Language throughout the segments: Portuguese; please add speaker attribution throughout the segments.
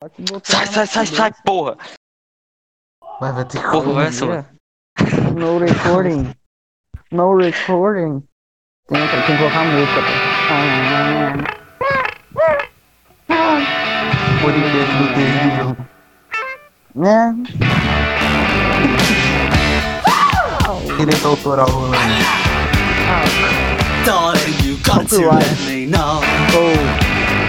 Speaker 1: Tá te botando
Speaker 2: Sai,
Speaker 1: na
Speaker 2: sai, sai, sai,
Speaker 1: cabeça.
Speaker 2: porra!
Speaker 3: Mas vai ter que
Speaker 2: Porra, vai,
Speaker 3: correr.
Speaker 2: essa, mano.
Speaker 1: No recording. No recording. Tem, outra, tem que colocar música. pô.
Speaker 3: Podcast do Terrível.
Speaker 1: Né?
Speaker 3: Direito autoral, mano.
Speaker 4: Darling, you got to
Speaker 1: Copyright.
Speaker 3: né?
Speaker 4: let me know.
Speaker 1: Ou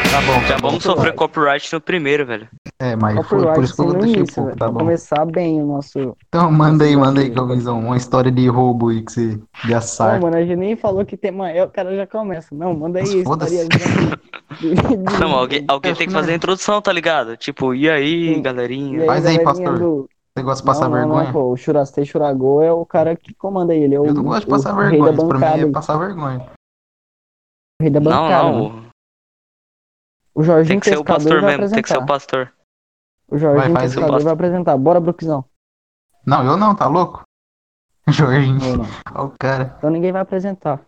Speaker 3: Tá bom.
Speaker 2: Já vamos sofrer copyright no primeiro, velho.
Speaker 3: É, mas foi por
Speaker 1: copyright
Speaker 3: isso que eu
Speaker 1: assim
Speaker 3: não
Speaker 1: no
Speaker 3: deixei
Speaker 1: início,
Speaker 3: pouco,
Speaker 1: velho.
Speaker 3: tá
Speaker 1: Pra
Speaker 3: bom.
Speaker 1: começar bem o nosso.
Speaker 3: Então manda aí, manda aí, Calvinzão. Uma história de roubo aí que você já
Speaker 1: Não,
Speaker 3: sabe.
Speaker 1: mano, a gente nem falou que tema é, o cara já começa. Não, manda aí.
Speaker 3: Mas foda-se.
Speaker 1: história de- de- de-
Speaker 2: Não, alguém, alguém
Speaker 3: acho
Speaker 2: tem que
Speaker 3: que não é.
Speaker 2: fazer a introdução, tá ligado? Tipo, e aí,
Speaker 1: Sim. E
Speaker 2: galerinha?
Speaker 3: Faz aí,
Speaker 1: galerinha
Speaker 3: pastor.
Speaker 1: do-
Speaker 3: Você gosta de passar
Speaker 1: não, é não,
Speaker 3: vergonha?
Speaker 1: Não, pô, o Churastei Churagô é o cara que comanda ele. É o,
Speaker 3: eu não gosto de
Speaker 1: o
Speaker 3: passar
Speaker 1: rei
Speaker 3: vergonha.
Speaker 1: da
Speaker 3: Isso pra mim
Speaker 1: bancada,
Speaker 3: é passar vergonha.
Speaker 1: o rei da
Speaker 2: Não,
Speaker 1: bancada.
Speaker 2: não,
Speaker 1: mano.
Speaker 2: o-
Speaker 1: O Jorginho
Speaker 2: tem que ser o
Speaker 1: Pescador
Speaker 2: pastor
Speaker 1: vai
Speaker 2: mesmo, tem que ser o
Speaker 1: apresentar.
Speaker 2: pastor.
Speaker 1: O Jorginho
Speaker 3: Vai, faz aí,
Speaker 1: Pescador
Speaker 2: pastor.
Speaker 1: vai apresentar. Bora, Brookzão.
Speaker 3: Não, eu não, tá louco?
Speaker 1: Não,
Speaker 3: Jorginho,
Speaker 1: não.
Speaker 3: olha o cara.
Speaker 1: Então ninguém vai apresentar.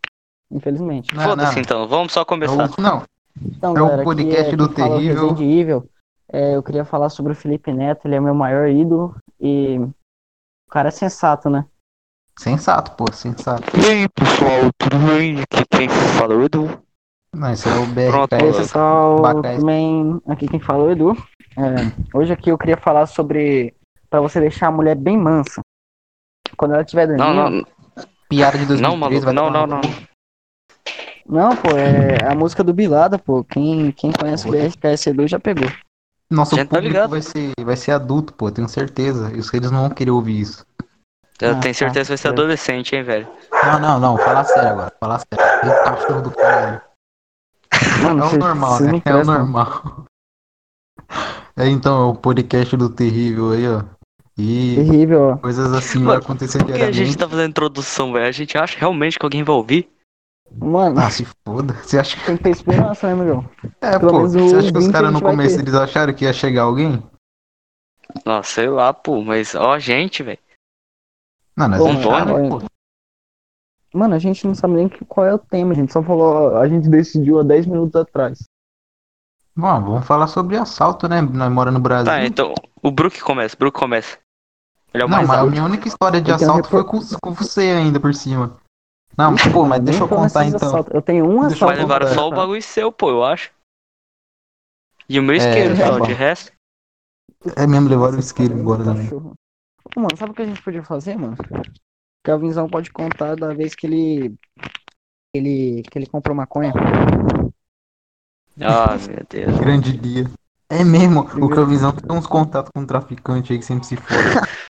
Speaker 1: Infelizmente.
Speaker 3: Não, não.
Speaker 2: Foda-se então, vamos só
Speaker 3: É
Speaker 2: começar.
Speaker 3: o- não,
Speaker 1: Então,
Speaker 3: É o
Speaker 1: galera, aqui
Speaker 3: podcast
Speaker 1: é,
Speaker 3: do
Speaker 1: quem fala o
Speaker 3: terrível.
Speaker 1: Resident Evil. É, eu queria falar sobre o Felipe Neto, ele é meu maior ídolo e o cara é sensato, né?
Speaker 3: sensato, pô, sensato.
Speaker 2: E aí, pessoal, tudo bem? Aqui quem fala é o Edu.
Speaker 3: Não, isso é o BR.
Speaker 2: Pronto,
Speaker 1: Oi,
Speaker 2: Olá.
Speaker 1: pessoal,
Speaker 3: Bacana.
Speaker 1: também aqui quem falou é o Edu. É, hoje aqui eu queria falar sobre pra você deixar a mulher bem mansa. Quando ela estiver dormindo.
Speaker 2: Não, não,
Speaker 3: Piada de 2003
Speaker 2: não, maluco,
Speaker 3: vai
Speaker 2: não,
Speaker 3: tomar
Speaker 2: não,
Speaker 3: no
Speaker 2: não.
Speaker 3: cu.
Speaker 1: Não, pô, é a música do Bilada, pô. Quem, quem conhece o BRKS Edu já pegou.
Speaker 3: Nosso
Speaker 2: Já tá
Speaker 3: público
Speaker 2: ligado.
Speaker 3: vai, ser, vai ser adulto, pô, tenho certeza. E os reis não vão querer ouvir isso.
Speaker 2: Eu
Speaker 1: Ah,
Speaker 2: tenho certeza que vai ser
Speaker 1: tá.
Speaker 2: adolescente, hein, velho.
Speaker 3: Não, não, não, fala sério agora, fala sério. E o cachorro do caralho.
Speaker 1: Mano,
Speaker 3: É o
Speaker 1: vocês-
Speaker 3: normal,
Speaker 1: vocês
Speaker 3: né?
Speaker 1: não
Speaker 3: É o
Speaker 1: prestam.
Speaker 3: normal. É, então, é o podcast do terrível aí, ó. E
Speaker 1: Terrível, ó.
Speaker 3: coisas assim
Speaker 2: Mano,
Speaker 3: vai acontecer
Speaker 2: Por que a gente
Speaker 3: diariamente.
Speaker 2: tá fazendo introdução, velho? A gente acha realmente que alguém vai ouvir?
Speaker 1: Mano,
Speaker 3: Ah, se foda. Você acha que.
Speaker 1: tem que ter esperança, né, meu?
Speaker 3: É,
Speaker 1: Pelo
Speaker 3: pô.
Speaker 1: menos o
Speaker 3: Você acha que os
Speaker 1: ouvinte a
Speaker 3: caras no
Speaker 1: gente vai
Speaker 3: começo
Speaker 1: ter.
Speaker 3: eles acharam que ia chegar alguém?
Speaker 2: Nossa, sei lá, pô, mas ó, a gente, velho.
Speaker 3: Não, nós
Speaker 1: Bom,
Speaker 3: acharam,
Speaker 1: bom.
Speaker 3: pô.
Speaker 1: Mano, a gente não sabe nem que- qual é o tema, a gente só falou, a gente decidiu há 10 minutos atrás.
Speaker 3: Bom, vamos falar sobre assalto, né? Nós mora no Brasil.
Speaker 2: Tá, então, o Brook começa, o Brook começa. Ele é o
Speaker 3: não,
Speaker 2: mais
Speaker 3: mas a
Speaker 2: alto.
Speaker 3: minha única história de
Speaker 1: Eu tenho
Speaker 3: assalto foi com,
Speaker 1: repor-
Speaker 3: com você ainda por cima. Não, pô, mas deixa eu
Speaker 1: Então, esses
Speaker 3: contar então.
Speaker 1: assaltos- Eu tenho um
Speaker 3: Deixa eu
Speaker 1: assalto.
Speaker 2: Mas agora
Speaker 3: contar.
Speaker 2: só o bagulho seu, pô, eu acho. E o meu
Speaker 3: É,
Speaker 2: isqueiro,
Speaker 3: tá
Speaker 2: só,
Speaker 3: bom.
Speaker 2: de resto.
Speaker 3: É mesmo, levaram o isqueiro embora também.
Speaker 1: Cachorro. Ô, Mano, sabe o que a gente podia fazer, mano? Calvinzão pode contar da vez que ele. Ele, que ele comprou maconha. Um
Speaker 2: Ah, meu Deus.
Speaker 3: Grande dia. É mesmo, o
Speaker 1: Primeiro-
Speaker 3: Crovizão tem uns contatos com um traficante aí que sempre se foda.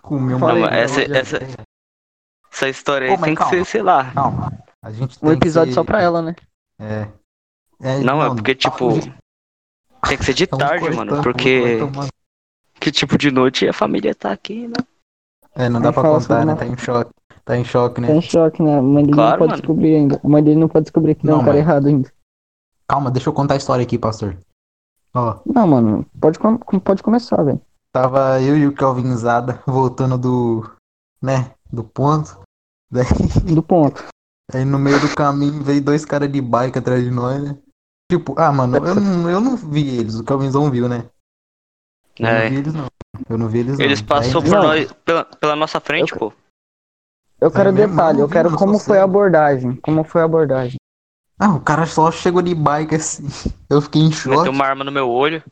Speaker 3: Comeu
Speaker 1: Fala
Speaker 3: uma
Speaker 1: aí,
Speaker 3: legal
Speaker 2: essa-
Speaker 3: de
Speaker 2: essa-
Speaker 3: ideia.
Speaker 2: Essa história aí
Speaker 3: Ô, mas
Speaker 2: tem que
Speaker 3: calma.
Speaker 2: ser, sei lá.
Speaker 3: Calma, a gente tem
Speaker 1: Um episódio
Speaker 3: que...
Speaker 1: só pra ela, né?
Speaker 3: É. É,
Speaker 2: Não, é porque, tipo, tem que ser de
Speaker 3: estamos
Speaker 2: tarde,
Speaker 3: tá cortando,
Speaker 2: mano. Porque
Speaker 3: estamos cortando. então.
Speaker 2: que tipo de noite a família tá aqui, né?
Speaker 3: É, não
Speaker 1: Aí
Speaker 3: dá pra
Speaker 1: fala
Speaker 3: contar,
Speaker 1: sobre
Speaker 3: né?
Speaker 1: uma-
Speaker 3: Tá em choque. Tá em choque, né?
Speaker 1: Tá em choque, né? A mãe dele
Speaker 2: Claro,
Speaker 1: não pode
Speaker 2: mano.
Speaker 1: descobrir ainda. A mãe dele não pode descobrir que não, é um
Speaker 3: Não,
Speaker 1: cara
Speaker 3: mano.
Speaker 1: errado ainda.
Speaker 3: Calma, deixa eu contar a história aqui, pastor. Ó,
Speaker 1: Não, mano, pode, com- pode começar, velho.
Speaker 3: tava eu e o Calvinzada voltando do, né, do ponto. Daí,
Speaker 1: Do ponto.
Speaker 3: aí no meio do caminho veio dois caras de bike atrás de nós, né? Tipo, ah, mano, eu não, eu não vi eles, o Calvinzão viu, né? Eu não
Speaker 2: É.
Speaker 3: vi eles não. Eu não vi eles não.
Speaker 2: Eles passou
Speaker 3: Daí,
Speaker 2: por
Speaker 1: Não.
Speaker 2: nós, pela, pela nossa frente, pô.
Speaker 1: Eu quero
Speaker 3: mesmo,
Speaker 1: detalhe,
Speaker 3: eu
Speaker 1: É eu
Speaker 3: vi,
Speaker 1: quero
Speaker 3: mano,
Speaker 1: como
Speaker 3: só
Speaker 1: foi a
Speaker 3: sei.
Speaker 1: abordagem. Como foi a abordagem.
Speaker 3: Ah, o cara só chegou de bike assim. Eu fiquei em choque.
Speaker 2: Meteu uma arma no meu olho.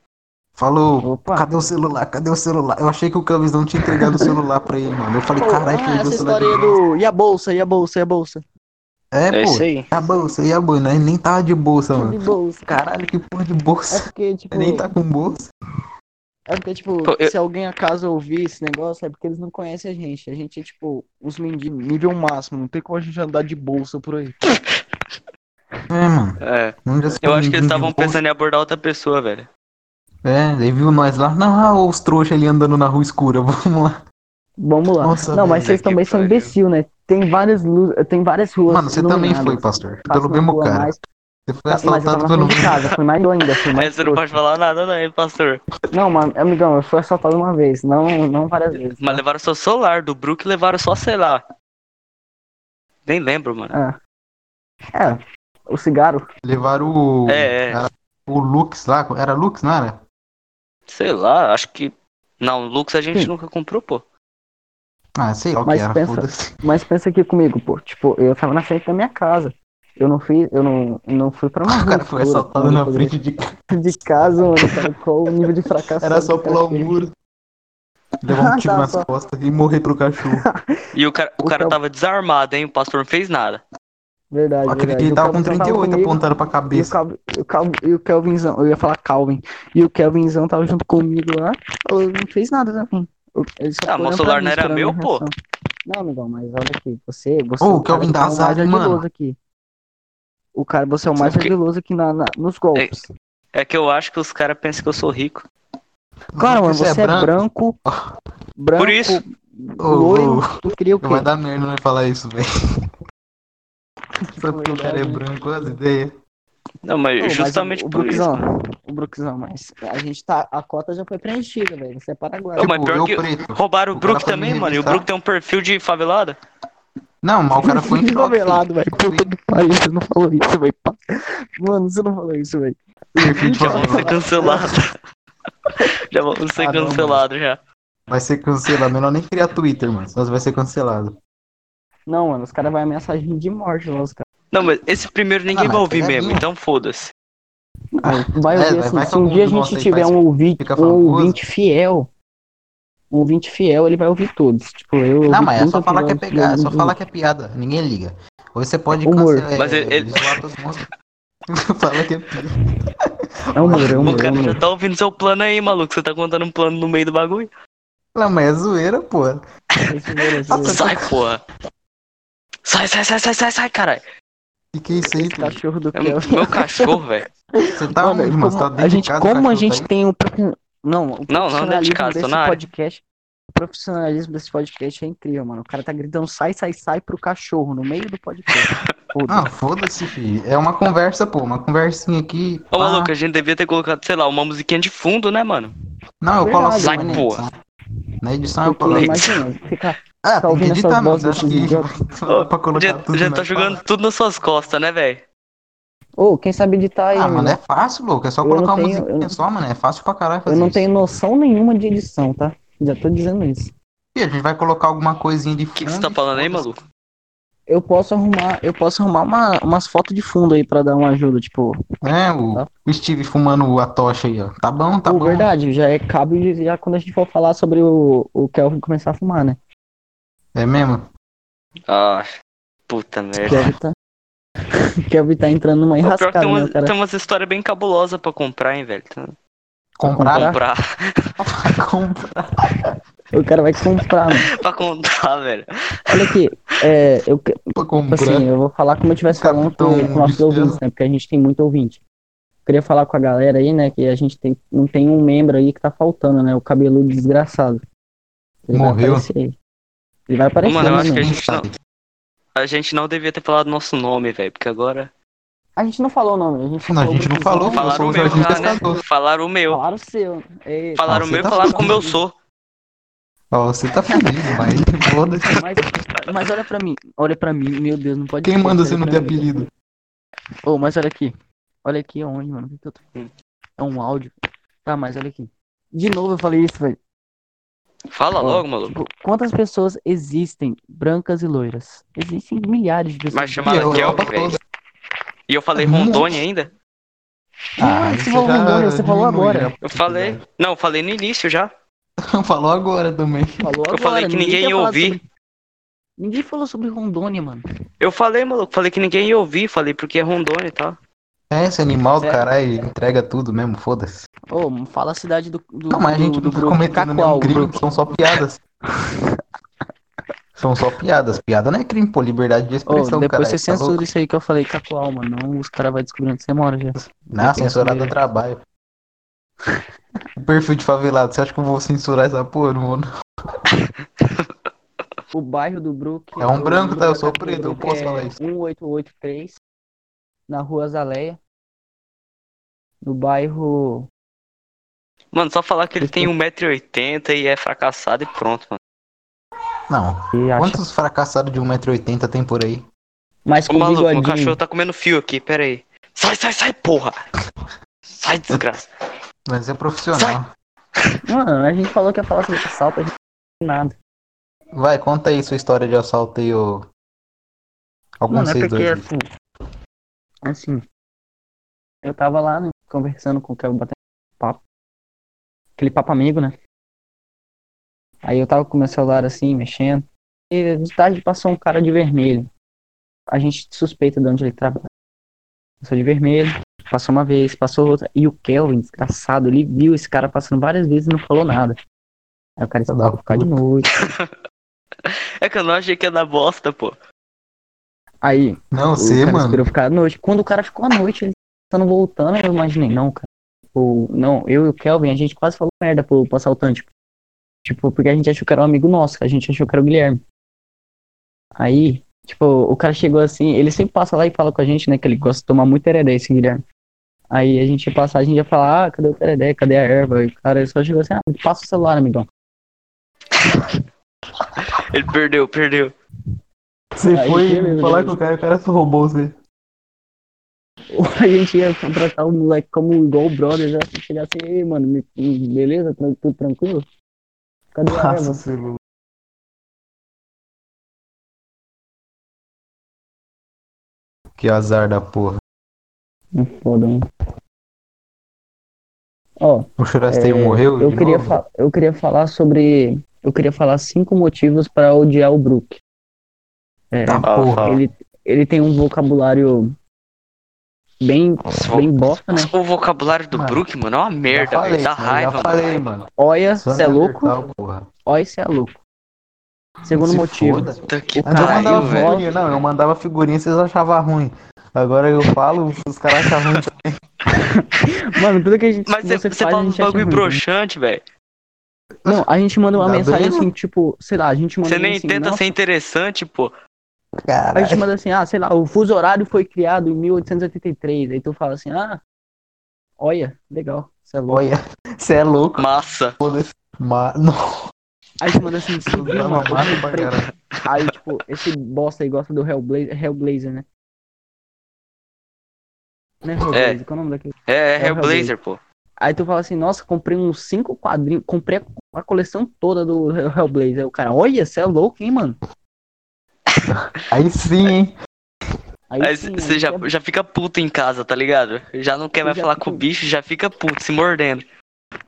Speaker 3: Falou,
Speaker 1: Opa.
Speaker 3: cadê o celular? Cadê o celular? Eu achei que o Calvinzão tinha entregado o celular pra ele, mano. Eu falei,
Speaker 1: é
Speaker 3: caralho, perdeu o celular. de novo."
Speaker 1: E a bolsa, e a bolsa, e a bolsa.
Speaker 3: É,
Speaker 2: É
Speaker 3: pô.
Speaker 2: isso aí.
Speaker 3: E a bolsa, e a bolsa? Nós é né? Nem tava de bolsa,
Speaker 1: De
Speaker 3: mano.
Speaker 1: bolsa.
Speaker 3: Então, Caralho, que porra de
Speaker 1: É
Speaker 3: bolsa.
Speaker 1: porque, tipo,
Speaker 3: Nós Nem tá com bolsa.
Speaker 1: é porque, tipo,
Speaker 2: Pô, eu-
Speaker 1: se alguém acaso ouvir esse negócio, é porque eles não conhecem a gente. A gente é, tipo, os mendigos, nível máximo. Não tem como a gente andar de bolsa por aí.
Speaker 3: É, mano.
Speaker 2: É.
Speaker 3: Onde as
Speaker 2: Eu acho que
Speaker 3: coisas
Speaker 2: eles
Speaker 3: de
Speaker 2: estavam
Speaker 3: bolsa?
Speaker 2: pensando em abordar outra pessoa, velho.
Speaker 3: É, daí viu nós lá. Não, ah, os trouxas ali andando na rua escura. Vamos lá.
Speaker 1: Vamos lá.
Speaker 3: Nossa,
Speaker 1: não, mas
Speaker 2: velho,
Speaker 1: vocês
Speaker 2: que
Speaker 1: também são
Speaker 2: pariu.
Speaker 1: imbecil, né? Tem várias, lu... tem várias ruas.
Speaker 3: Mano, você também
Speaker 1: iluminadas.
Speaker 3: foi, pastor.
Speaker 1: Passa
Speaker 3: Pelo
Speaker 1: na
Speaker 3: mesmo
Speaker 1: rua
Speaker 3: cara.
Speaker 1: mais- Tá,
Speaker 3: Você foi
Speaker 1: Mas eu tava
Speaker 3: assaltado
Speaker 1: na
Speaker 3: pelo
Speaker 1: frente de
Speaker 3: mesmo
Speaker 1: casa, foi mais ainda, foi mais
Speaker 2: Mas você não
Speaker 1: trouxa.
Speaker 2: pode falar nada, não, hein, pastor.
Speaker 1: Não, mas, amigão, eu fui assaltado uma vez, não, não várias vezes.
Speaker 2: Mas levaram só o celular do Brook levaram só, sei lá. Nem lembro, mano.
Speaker 1: É, o cigarro.
Speaker 3: Levaram o.
Speaker 2: É, é.
Speaker 3: O Lux lá. Era Lux, não era?
Speaker 2: Sei lá, acho que. Não, Lux a gente
Speaker 1: Sim.
Speaker 2: nunca comprou, pô.
Speaker 3: Ah, sei lá o que
Speaker 1: Mas
Speaker 3: era,
Speaker 1: pensa-
Speaker 3: foda-se.
Speaker 1: Mas pensa aqui comigo, pô. Tipo, eu tava na frente da minha casa. Eu não fui, eu não, não fui pra uma
Speaker 3: O
Speaker 1: rua
Speaker 3: cara foi
Speaker 1: escura,
Speaker 3: assaltado
Speaker 1: uma
Speaker 3: na
Speaker 1: coisa
Speaker 3: frente de casa.
Speaker 1: de casa, mano. Cara, qual o nível de fracasso?
Speaker 3: Era só pular o muro. Levar um
Speaker 1: Ah,
Speaker 3: tiro
Speaker 1: tá,
Speaker 3: nas
Speaker 1: só.
Speaker 3: costas e morrer pro cachorro.
Speaker 2: E o cara, o
Speaker 1: O
Speaker 2: cara
Speaker 1: Fel-
Speaker 2: tava desarmado, hein? O pastor não fez nada.
Speaker 1: Verdade,
Speaker 3: Eu
Speaker 1: verdade.
Speaker 3: Acredito que ele
Speaker 1: O
Speaker 3: tava com
Speaker 1: Calvin
Speaker 3: 38
Speaker 1: comigo,
Speaker 3: apontado pra
Speaker 1: E o,
Speaker 3: cabeça.
Speaker 1: Calvin, o, Calvin, e o Kelvinzão, eu ia falar Calvin. E o Kelvinzão tava junto comigo lá. Eu não fez nada também. Eu- ele só
Speaker 2: Ah,
Speaker 1: ficou
Speaker 2: mas o
Speaker 1: olhando
Speaker 2: celular
Speaker 1: pra mim,
Speaker 2: não era
Speaker 1: esperando a minha
Speaker 2: meu, pô.
Speaker 1: reação. Não, amigão, mas olha aqui. Você, você
Speaker 3: Ô,
Speaker 1: é
Speaker 3: o
Speaker 1: cara que
Speaker 3: Kelvin dá
Speaker 1: tá o mais
Speaker 3: azar, hein, mano?
Speaker 1: ardiloso aqui. O cara, você é o mais
Speaker 2: Sabe o quê?
Speaker 1: ardiloso aqui na, na- nos golpes.
Speaker 2: É que eu acho que os caras pensam que eu sou rico.
Speaker 1: Claro, mano, você é branco. Branco,
Speaker 2: Por isso.
Speaker 1: loiro,
Speaker 3: Ô,
Speaker 1: tu queria o quê?
Speaker 3: Vai dar merda não é falar isso, velho. Só porque o cara é
Speaker 1: Verdade.
Speaker 3: branco, olha as ideias.
Speaker 2: Não, mas
Speaker 1: Pô, mas
Speaker 2: justamente
Speaker 1: o, o
Speaker 2: por isso.
Speaker 1: Brookzão, o Brookzão, mas a gente tá. A cota já foi preenchida, velho. Você é paraguaio.
Speaker 2: Ô, mas
Speaker 3: Tipo,
Speaker 2: pior
Speaker 3: eu
Speaker 2: que-
Speaker 3: preto.
Speaker 2: Roubaram o,
Speaker 3: O cara
Speaker 2: Brook
Speaker 3: foi me
Speaker 2: também, mano. E o
Speaker 3: revistar.
Speaker 2: Brook tem um perfil de favelada.
Speaker 3: Não, mas o cara foi em choque.
Speaker 1: Novelado, velho. Puta que pariu, você não falou isso, velho. Pa- Mano, você não falou isso, velho.
Speaker 3: Perfil de
Speaker 2: Já vamos ser
Speaker 3: favelado.
Speaker 2: cancelados. já vamos ser
Speaker 3: Ah, não,
Speaker 2: cancelados já.
Speaker 3: Vai ser cancelado. Melhor nem criar Twitter, mano. Senão você vai ser cancelado.
Speaker 1: Não, mano, os caras vão ameaçar a gente de morte lá, os caras.
Speaker 2: Não, mas esse primeiro ninguém
Speaker 3: Ah,
Speaker 2: vai
Speaker 3: mas
Speaker 2: ouvir
Speaker 3: pegadinha.
Speaker 2: mesmo, então foda-se.
Speaker 1: Vai
Speaker 3: é,
Speaker 1: ouvir
Speaker 3: vai-
Speaker 1: assim,
Speaker 3: vai que
Speaker 1: se um
Speaker 3: algum
Speaker 1: dia a
Speaker 3: de
Speaker 1: gente
Speaker 3: vocês
Speaker 1: tiver
Speaker 3: faz-
Speaker 1: um ouvinte,
Speaker 3: fica
Speaker 1: um
Speaker 3: famoso.
Speaker 1: ouvinte fiel, um ouvinte fiel, ele vai ouvir todos. Tipo, eu.
Speaker 3: Não,
Speaker 1: ouvi
Speaker 3: mas é só
Speaker 1: 30
Speaker 3: falar que é
Speaker 1: episódios de
Speaker 3: pegar, é só
Speaker 1: ouvinte.
Speaker 3: falar que é piada. Ninguém liga. Ou você pode
Speaker 1: Humor.
Speaker 3: cancelar.
Speaker 2: Mas ele- ele-
Speaker 3: zoar todo mundo. Fala que é piada.
Speaker 1: É humor, é
Speaker 2: O
Speaker 1: humor, é
Speaker 2: cara já
Speaker 1: humor.
Speaker 2: tá ouvindo seu plano aí, maluco. Você tá contando um plano no meio do bagulho?
Speaker 3: Não, mas é zoeira, pô.
Speaker 1: Esse humor, esse humor.
Speaker 2: Sai, porra. Sai, sai, sai, sai, sai, sai, caralho.
Speaker 3: Fiquei isso aí,
Speaker 1: Esse
Speaker 3: tu-
Speaker 1: cachorro do
Speaker 2: É
Speaker 1: Kelvin.
Speaker 2: meu cachorro, velho.
Speaker 3: Você tá
Speaker 1: Tá- Mano,
Speaker 3: onde,
Speaker 1: como
Speaker 3: mano? Você tá dentro
Speaker 1: a
Speaker 3: de
Speaker 1: gente,
Speaker 3: casa,
Speaker 1: como a
Speaker 3: cachorro,
Speaker 1: gente
Speaker 3: tá aí?
Speaker 1: tem um profi- não, o
Speaker 2: Não, não dentro de
Speaker 1: profissionalismo
Speaker 2: casa, tô
Speaker 1: desse
Speaker 2: na área.
Speaker 1: podcast, o profissionalismo desse podcast é incrível, mano. O cara tá gritando sai, sai, sai pro cachorro no meio do podcast. Foda-se.
Speaker 3: Ah, foda-se, filho. É uma conversa, pô. Uma conversinha aqui.
Speaker 2: Ô,
Speaker 3: pá.
Speaker 1: Ah.
Speaker 2: maluco, a gente devia ter colocado, sei lá, uma musiquinha de fundo, né, mano?
Speaker 3: Não, eu
Speaker 1: Verdade,
Speaker 3: coloco
Speaker 2: Sai,
Speaker 3: depois na
Speaker 2: pô.
Speaker 3: edição. Na edição eu
Speaker 1: Porque
Speaker 3: coloco.
Speaker 1: imagina, fica,
Speaker 3: Ah,
Speaker 1: fica
Speaker 3: tem que
Speaker 1: ouvindo
Speaker 3: editar,
Speaker 1: essas
Speaker 3: mano.
Speaker 1: vozes assim,
Speaker 3: Acho
Speaker 1: desses
Speaker 3: que
Speaker 1: idiotas.
Speaker 3: dá pra colocar
Speaker 2: Já,
Speaker 3: tudo.
Speaker 2: já
Speaker 3: né?
Speaker 2: tá jogando tudo nas suas costas, né, velho?
Speaker 1: Ô, quem sabe editar aí,
Speaker 3: Ah, mano,
Speaker 1: mano?
Speaker 3: é fácil, louco. É só
Speaker 1: né? Eu
Speaker 3: colocar
Speaker 1: não
Speaker 3: uma
Speaker 1: tenho-
Speaker 3: musiquinha
Speaker 1: eu não-
Speaker 3: só, mano. É fácil pra caralho fazer
Speaker 1: Eu não
Speaker 3: isso.
Speaker 1: tenho noção nenhuma de edição, tá? Já tô dizendo isso.
Speaker 3: Ih, A gente vai colocar alguma coisinha de
Speaker 2: O
Speaker 3: fundo.
Speaker 2: que, que
Speaker 1: Ah,
Speaker 2: você tá falando aí, maluco?
Speaker 1: Eu posso arrumar, eu posso arrumar uma- umas fotos de fundo aí pra dar uma ajuda, tipo,
Speaker 3: É, o, o Steve fumando a tocha aí, ó. Tá bom, tá
Speaker 1: Pô,
Speaker 3: bom.
Speaker 1: verdade, já é cabe já quando a gente for falar sobre o, o Kelvin começar a fumar, né?
Speaker 3: É mesmo?
Speaker 2: Ah, puta merda.
Speaker 1: Kelvin tá. Kelvin tá entrando numa
Speaker 2: Ô, É. pior é que
Speaker 1: enrascada,
Speaker 2: tem, uma-
Speaker 1: né, cara?
Speaker 2: tem umas histórias bem cabulosas pra comprar, hein, velho? Tá-
Speaker 3: Comprar?
Speaker 2: Comprar.
Speaker 3: Comprar.
Speaker 1: O cara vai comprar, mano.
Speaker 2: pra contar, velho.
Speaker 1: Olha aqui, é, eu, que- tipo assim,
Speaker 3: Comprar.
Speaker 1: eu vou falar como eu estivesse falando com
Speaker 3: Um Capitão
Speaker 1: com nossos
Speaker 3: Destino.
Speaker 1: ouvintes, né? Porque a gente tem muito ouvinte. Queria falar com a galera aí, né? Que a gente tem, não tem um membro aí que tá faltando, né? O cabeludo desgraçado. Ele
Speaker 3: Morreu.
Speaker 1: Vai aparecer aí. Ele vai aparecer,
Speaker 2: Mano, eu
Speaker 1: né,
Speaker 2: acho que a
Speaker 1: mano?
Speaker 2: gente não. A gente não devia ter falado nosso nome, velho, porque agora.
Speaker 1: A gente não falou o nome, a gente só
Speaker 3: Não, a
Speaker 1: falou
Speaker 3: gente não
Speaker 1: Bruno.
Speaker 3: falou, eu
Speaker 2: Falaram
Speaker 3: sou
Speaker 2: o
Speaker 3: o
Speaker 2: meu
Speaker 3: Jorginho
Speaker 2: já, né?
Speaker 3: Pescador.
Speaker 2: Falaram o meu.
Speaker 1: Falaram o seu. Eita.
Speaker 2: Falaram o
Speaker 3: você
Speaker 2: meu e
Speaker 3: tá
Speaker 2: falaram
Speaker 3: falando.
Speaker 2: como eu sou.
Speaker 3: Ó, você tá feliz, mas foda-se.
Speaker 1: Mas, mas olha pra mim, olha pra mim, meu Deus, não pode
Speaker 3: Quem
Speaker 1: ser,
Speaker 3: manda
Speaker 1: olha
Speaker 3: você não
Speaker 1: pra
Speaker 3: ter
Speaker 1: mim.
Speaker 3: apelido?
Speaker 1: Ô, mas olha aqui. Olha aqui onde, mano. O que que eu tô fazendo? É um áudio. Tá, mas olha aqui. De novo eu falei isso, velho.
Speaker 2: Fala
Speaker 1: Ó,
Speaker 2: logo, maluco.
Speaker 1: Tipo, quantas pessoas existem brancas e loiras? Existem milhares de pessoas.
Speaker 2: Mas chamaram
Speaker 3: Ih, é
Speaker 2: Kelvin,
Speaker 3: Europa
Speaker 2: velho.
Speaker 3: toda.
Speaker 2: E eu falei
Speaker 3: Nossa.
Speaker 2: Rondônia ainda?
Speaker 1: Ah, você falou Rondônia, você falou
Speaker 3: né?
Speaker 1: agora.
Speaker 2: Eu falei. Não, eu falei no início já.
Speaker 3: Falou agora também.
Speaker 1: Falou
Speaker 2: Eu falei que ninguém
Speaker 1: tinha
Speaker 2: ia
Speaker 1: falado
Speaker 2: ouvir.
Speaker 1: sobre- Ninguém falou sobre Rondônia, mano.
Speaker 2: Eu falei, maluco. Falei que ninguém ia ouvir. Falei porque é Rondônia e tal.
Speaker 3: É, esse animal,
Speaker 1: Certo.
Speaker 3: caralho, entrega tudo mesmo, foda-se.
Speaker 1: Ô, fala a cidade do. do
Speaker 3: Não, mas a
Speaker 1: do-
Speaker 3: gente
Speaker 1: do
Speaker 3: não tá
Speaker 1: Brook.
Speaker 3: cometendo
Speaker 1: Cacoal,
Speaker 3: nenhum crime,
Speaker 1: Brook.
Speaker 3: são só piadas. São só piadas. Piada não é crime, pô, liberdade de
Speaker 1: Ô,
Speaker 3: expressão,
Speaker 1: depois
Speaker 3: cara. tá
Speaker 1: você censura isso aí que eu falei, Cacoal, mano. Não, os caras vão descobrir onde você mora já.
Speaker 3: Não, censurar dá
Speaker 1: Obrigado.
Speaker 3: trabalho. O perfil de favelado, você acha que eu vou censurar essa porra? Não vou, não.
Speaker 1: O bairro do Brook.
Speaker 3: É um
Speaker 1: o
Speaker 3: branco, tá? Eu sou
Speaker 1: número da casa do
Speaker 3: preto, eu
Speaker 1: Brook
Speaker 3: posso
Speaker 1: é
Speaker 3: falar isso.
Speaker 1: 1883, na rua Azaleia. No bairro.
Speaker 2: Mano, só falar que ele tem 1,80m e é fracassado e pronto, mano.
Speaker 3: Não.
Speaker 1: E acho-
Speaker 3: Quantos fracassados de 1,80m tem por aí?
Speaker 1: Mas
Speaker 2: Ô,
Speaker 1: com
Speaker 2: maluco, o
Speaker 1: bigodinho.
Speaker 2: cachorro tá comendo fio aqui, pera aí. Sai, sai, sai, porra! Sai, desgraça.
Speaker 3: Mas é profissional.
Speaker 2: tá-
Speaker 1: Mano, a gente falou que ia falar sobre assalto, a gente não tem nada.
Speaker 3: Vai, conta aí sua história de assalto aí, ô. Algum
Speaker 1: Mano, é
Speaker 3: seis
Speaker 1: porque
Speaker 3: dois. né?
Speaker 1: assim. Assim. Eu tava lá, né, conversando com o Kevin, batendo papo. Aquele papo amigo, né? Aí eu tava com meu celular assim, mexendo. E de tarde passou um cara de vermelho. A gente suspeita de onde ele trabalha. Passou de vermelho, passou uma vez, passou outra. E o Kelvin, desgraçado, ele viu esse cara passando várias vezes e não falou nada. Aí o cara disse,
Speaker 3: Filha Tá da
Speaker 1: "Ah, vou ficar de noite.
Speaker 2: É que eu não achei que ia dar bosta, pô.
Speaker 1: Aí,
Speaker 3: Não,
Speaker 1: o
Speaker 3: você,
Speaker 1: cara
Speaker 3: mano.
Speaker 1: esperou ficar à noite. Quando o cara ficou à noite, ele tava voltando, eu imaginei, não, cara. Ou, não, eu e o Kelvin, a gente quase falou merda pro, pro assaltante. Tipo, porque a gente achou que era um amigo nosso, a gente achou que era o Guilherme. Aí, tipo, o cara chegou assim, ele sempre passa lá e fala com a gente, né, que ele gosta de tomar muito tereré, esse Guilherme. Aí a gente ia passar, a gente ia falar, ah, cadê o tereré, cadê a erva? E o cara só chegou assim, ah, passa o celular, amigão.
Speaker 2: Ele perdeu, perdeu.
Speaker 3: Você
Speaker 1: Aí, é
Speaker 3: foi
Speaker 1: beleza,
Speaker 3: falar
Speaker 1: beleza.
Speaker 3: com o cara, o cara só roubou você.
Speaker 1: A gente ia contratar o moleque como igual o brother, já chegar assim, ei, mano, me- beleza? Tran- Tudo tranquilo? Cadê a
Speaker 3: Nossa,
Speaker 1: Eva?
Speaker 3: celular. Que azar da porra.
Speaker 1: Foda, mano. Ó,
Speaker 3: O Churasteio
Speaker 1: é,
Speaker 3: morreu?
Speaker 1: eu
Speaker 3: de
Speaker 1: queria,
Speaker 3: novo?
Speaker 1: fa- eu queria falar sobre. Eu queria falar cinco motivos pra odiar o Brook. É,
Speaker 3: Tá,
Speaker 2: Fala,
Speaker 3: porra.
Speaker 2: fala.
Speaker 1: ele, ele tem um vocabulário bem,
Speaker 2: Nossa,
Speaker 1: bem bosta, né?
Speaker 2: O vocabulário do
Speaker 3: Mano,
Speaker 2: Brook, mano, é uma
Speaker 3: Já
Speaker 2: merda,
Speaker 3: falei,
Speaker 2: velho. Dá
Speaker 3: mano,
Speaker 2: raiva,
Speaker 3: já
Speaker 2: mano.
Speaker 3: falei, mano.
Speaker 1: Olha,
Speaker 3: Só
Speaker 1: cê é louco?
Speaker 3: Neandertal, porra.
Speaker 1: Olha, cê é louco. Segundo
Speaker 3: Se
Speaker 1: motivo.
Speaker 3: foda.
Speaker 2: Puta
Speaker 1: O
Speaker 2: que
Speaker 3: Antes eu
Speaker 1: Caralho,
Speaker 3: mandava
Speaker 2: pariu, velho.
Speaker 3: figurinha, não, eu mandava figurinha, vocês achavam ruim. Agora eu falo, os caras acham ruim.
Speaker 1: Mano, tudo que a gente
Speaker 2: Mas é
Speaker 1: você
Speaker 2: você,
Speaker 1: faz,
Speaker 2: você
Speaker 1: a
Speaker 2: fala uns
Speaker 1: gente acha
Speaker 2: um bagulho
Speaker 1: ruim.
Speaker 2: broxante, velho.
Speaker 1: Não, a gente manda uma
Speaker 3: Tá
Speaker 1: mensagem
Speaker 3: vendo?
Speaker 1: assim, tipo, sei lá, a gente manda
Speaker 2: Você nem
Speaker 1: assim,
Speaker 2: tenta
Speaker 1: nossa,
Speaker 2: ser interessante, pô.
Speaker 1: A gente
Speaker 3: Caralho.
Speaker 1: manda assim, ah, sei lá, o fuso horário foi criado em 1883. Aí tu fala assim, ah, olha, legal, você é louco.
Speaker 3: Olha, você é louco.
Speaker 2: Massa.
Speaker 3: Mas, nossa,
Speaker 1: Aí tu manda assim, se
Speaker 3: eu
Speaker 1: viu
Speaker 3: dava
Speaker 1: uma coisa
Speaker 3: massa pra
Speaker 1: preta.
Speaker 3: caralho.
Speaker 1: Aí, tipo, esse bosta aí gosta do Hellblazer, Hellblazer né? Não é Hellblazer, qual é o nome daquele?
Speaker 2: É, é
Speaker 1: É o
Speaker 2: Hellblazer, pô.
Speaker 1: Aí tu fala assim, nossa, comprei uns cinco quadrinhos, comprei a coleção toda do Hellblazer. Aí o cara, olha, você é louco, hein, mano?
Speaker 3: Aí sim, hein?
Speaker 2: Aí
Speaker 1: sim,
Speaker 2: você já,
Speaker 1: é
Speaker 2: já fica puto em casa, tá ligado? Já não quer
Speaker 1: Eu
Speaker 2: mais
Speaker 1: já
Speaker 2: falar
Speaker 1: fico-
Speaker 2: com o bicho, já fica puto, se mordendo.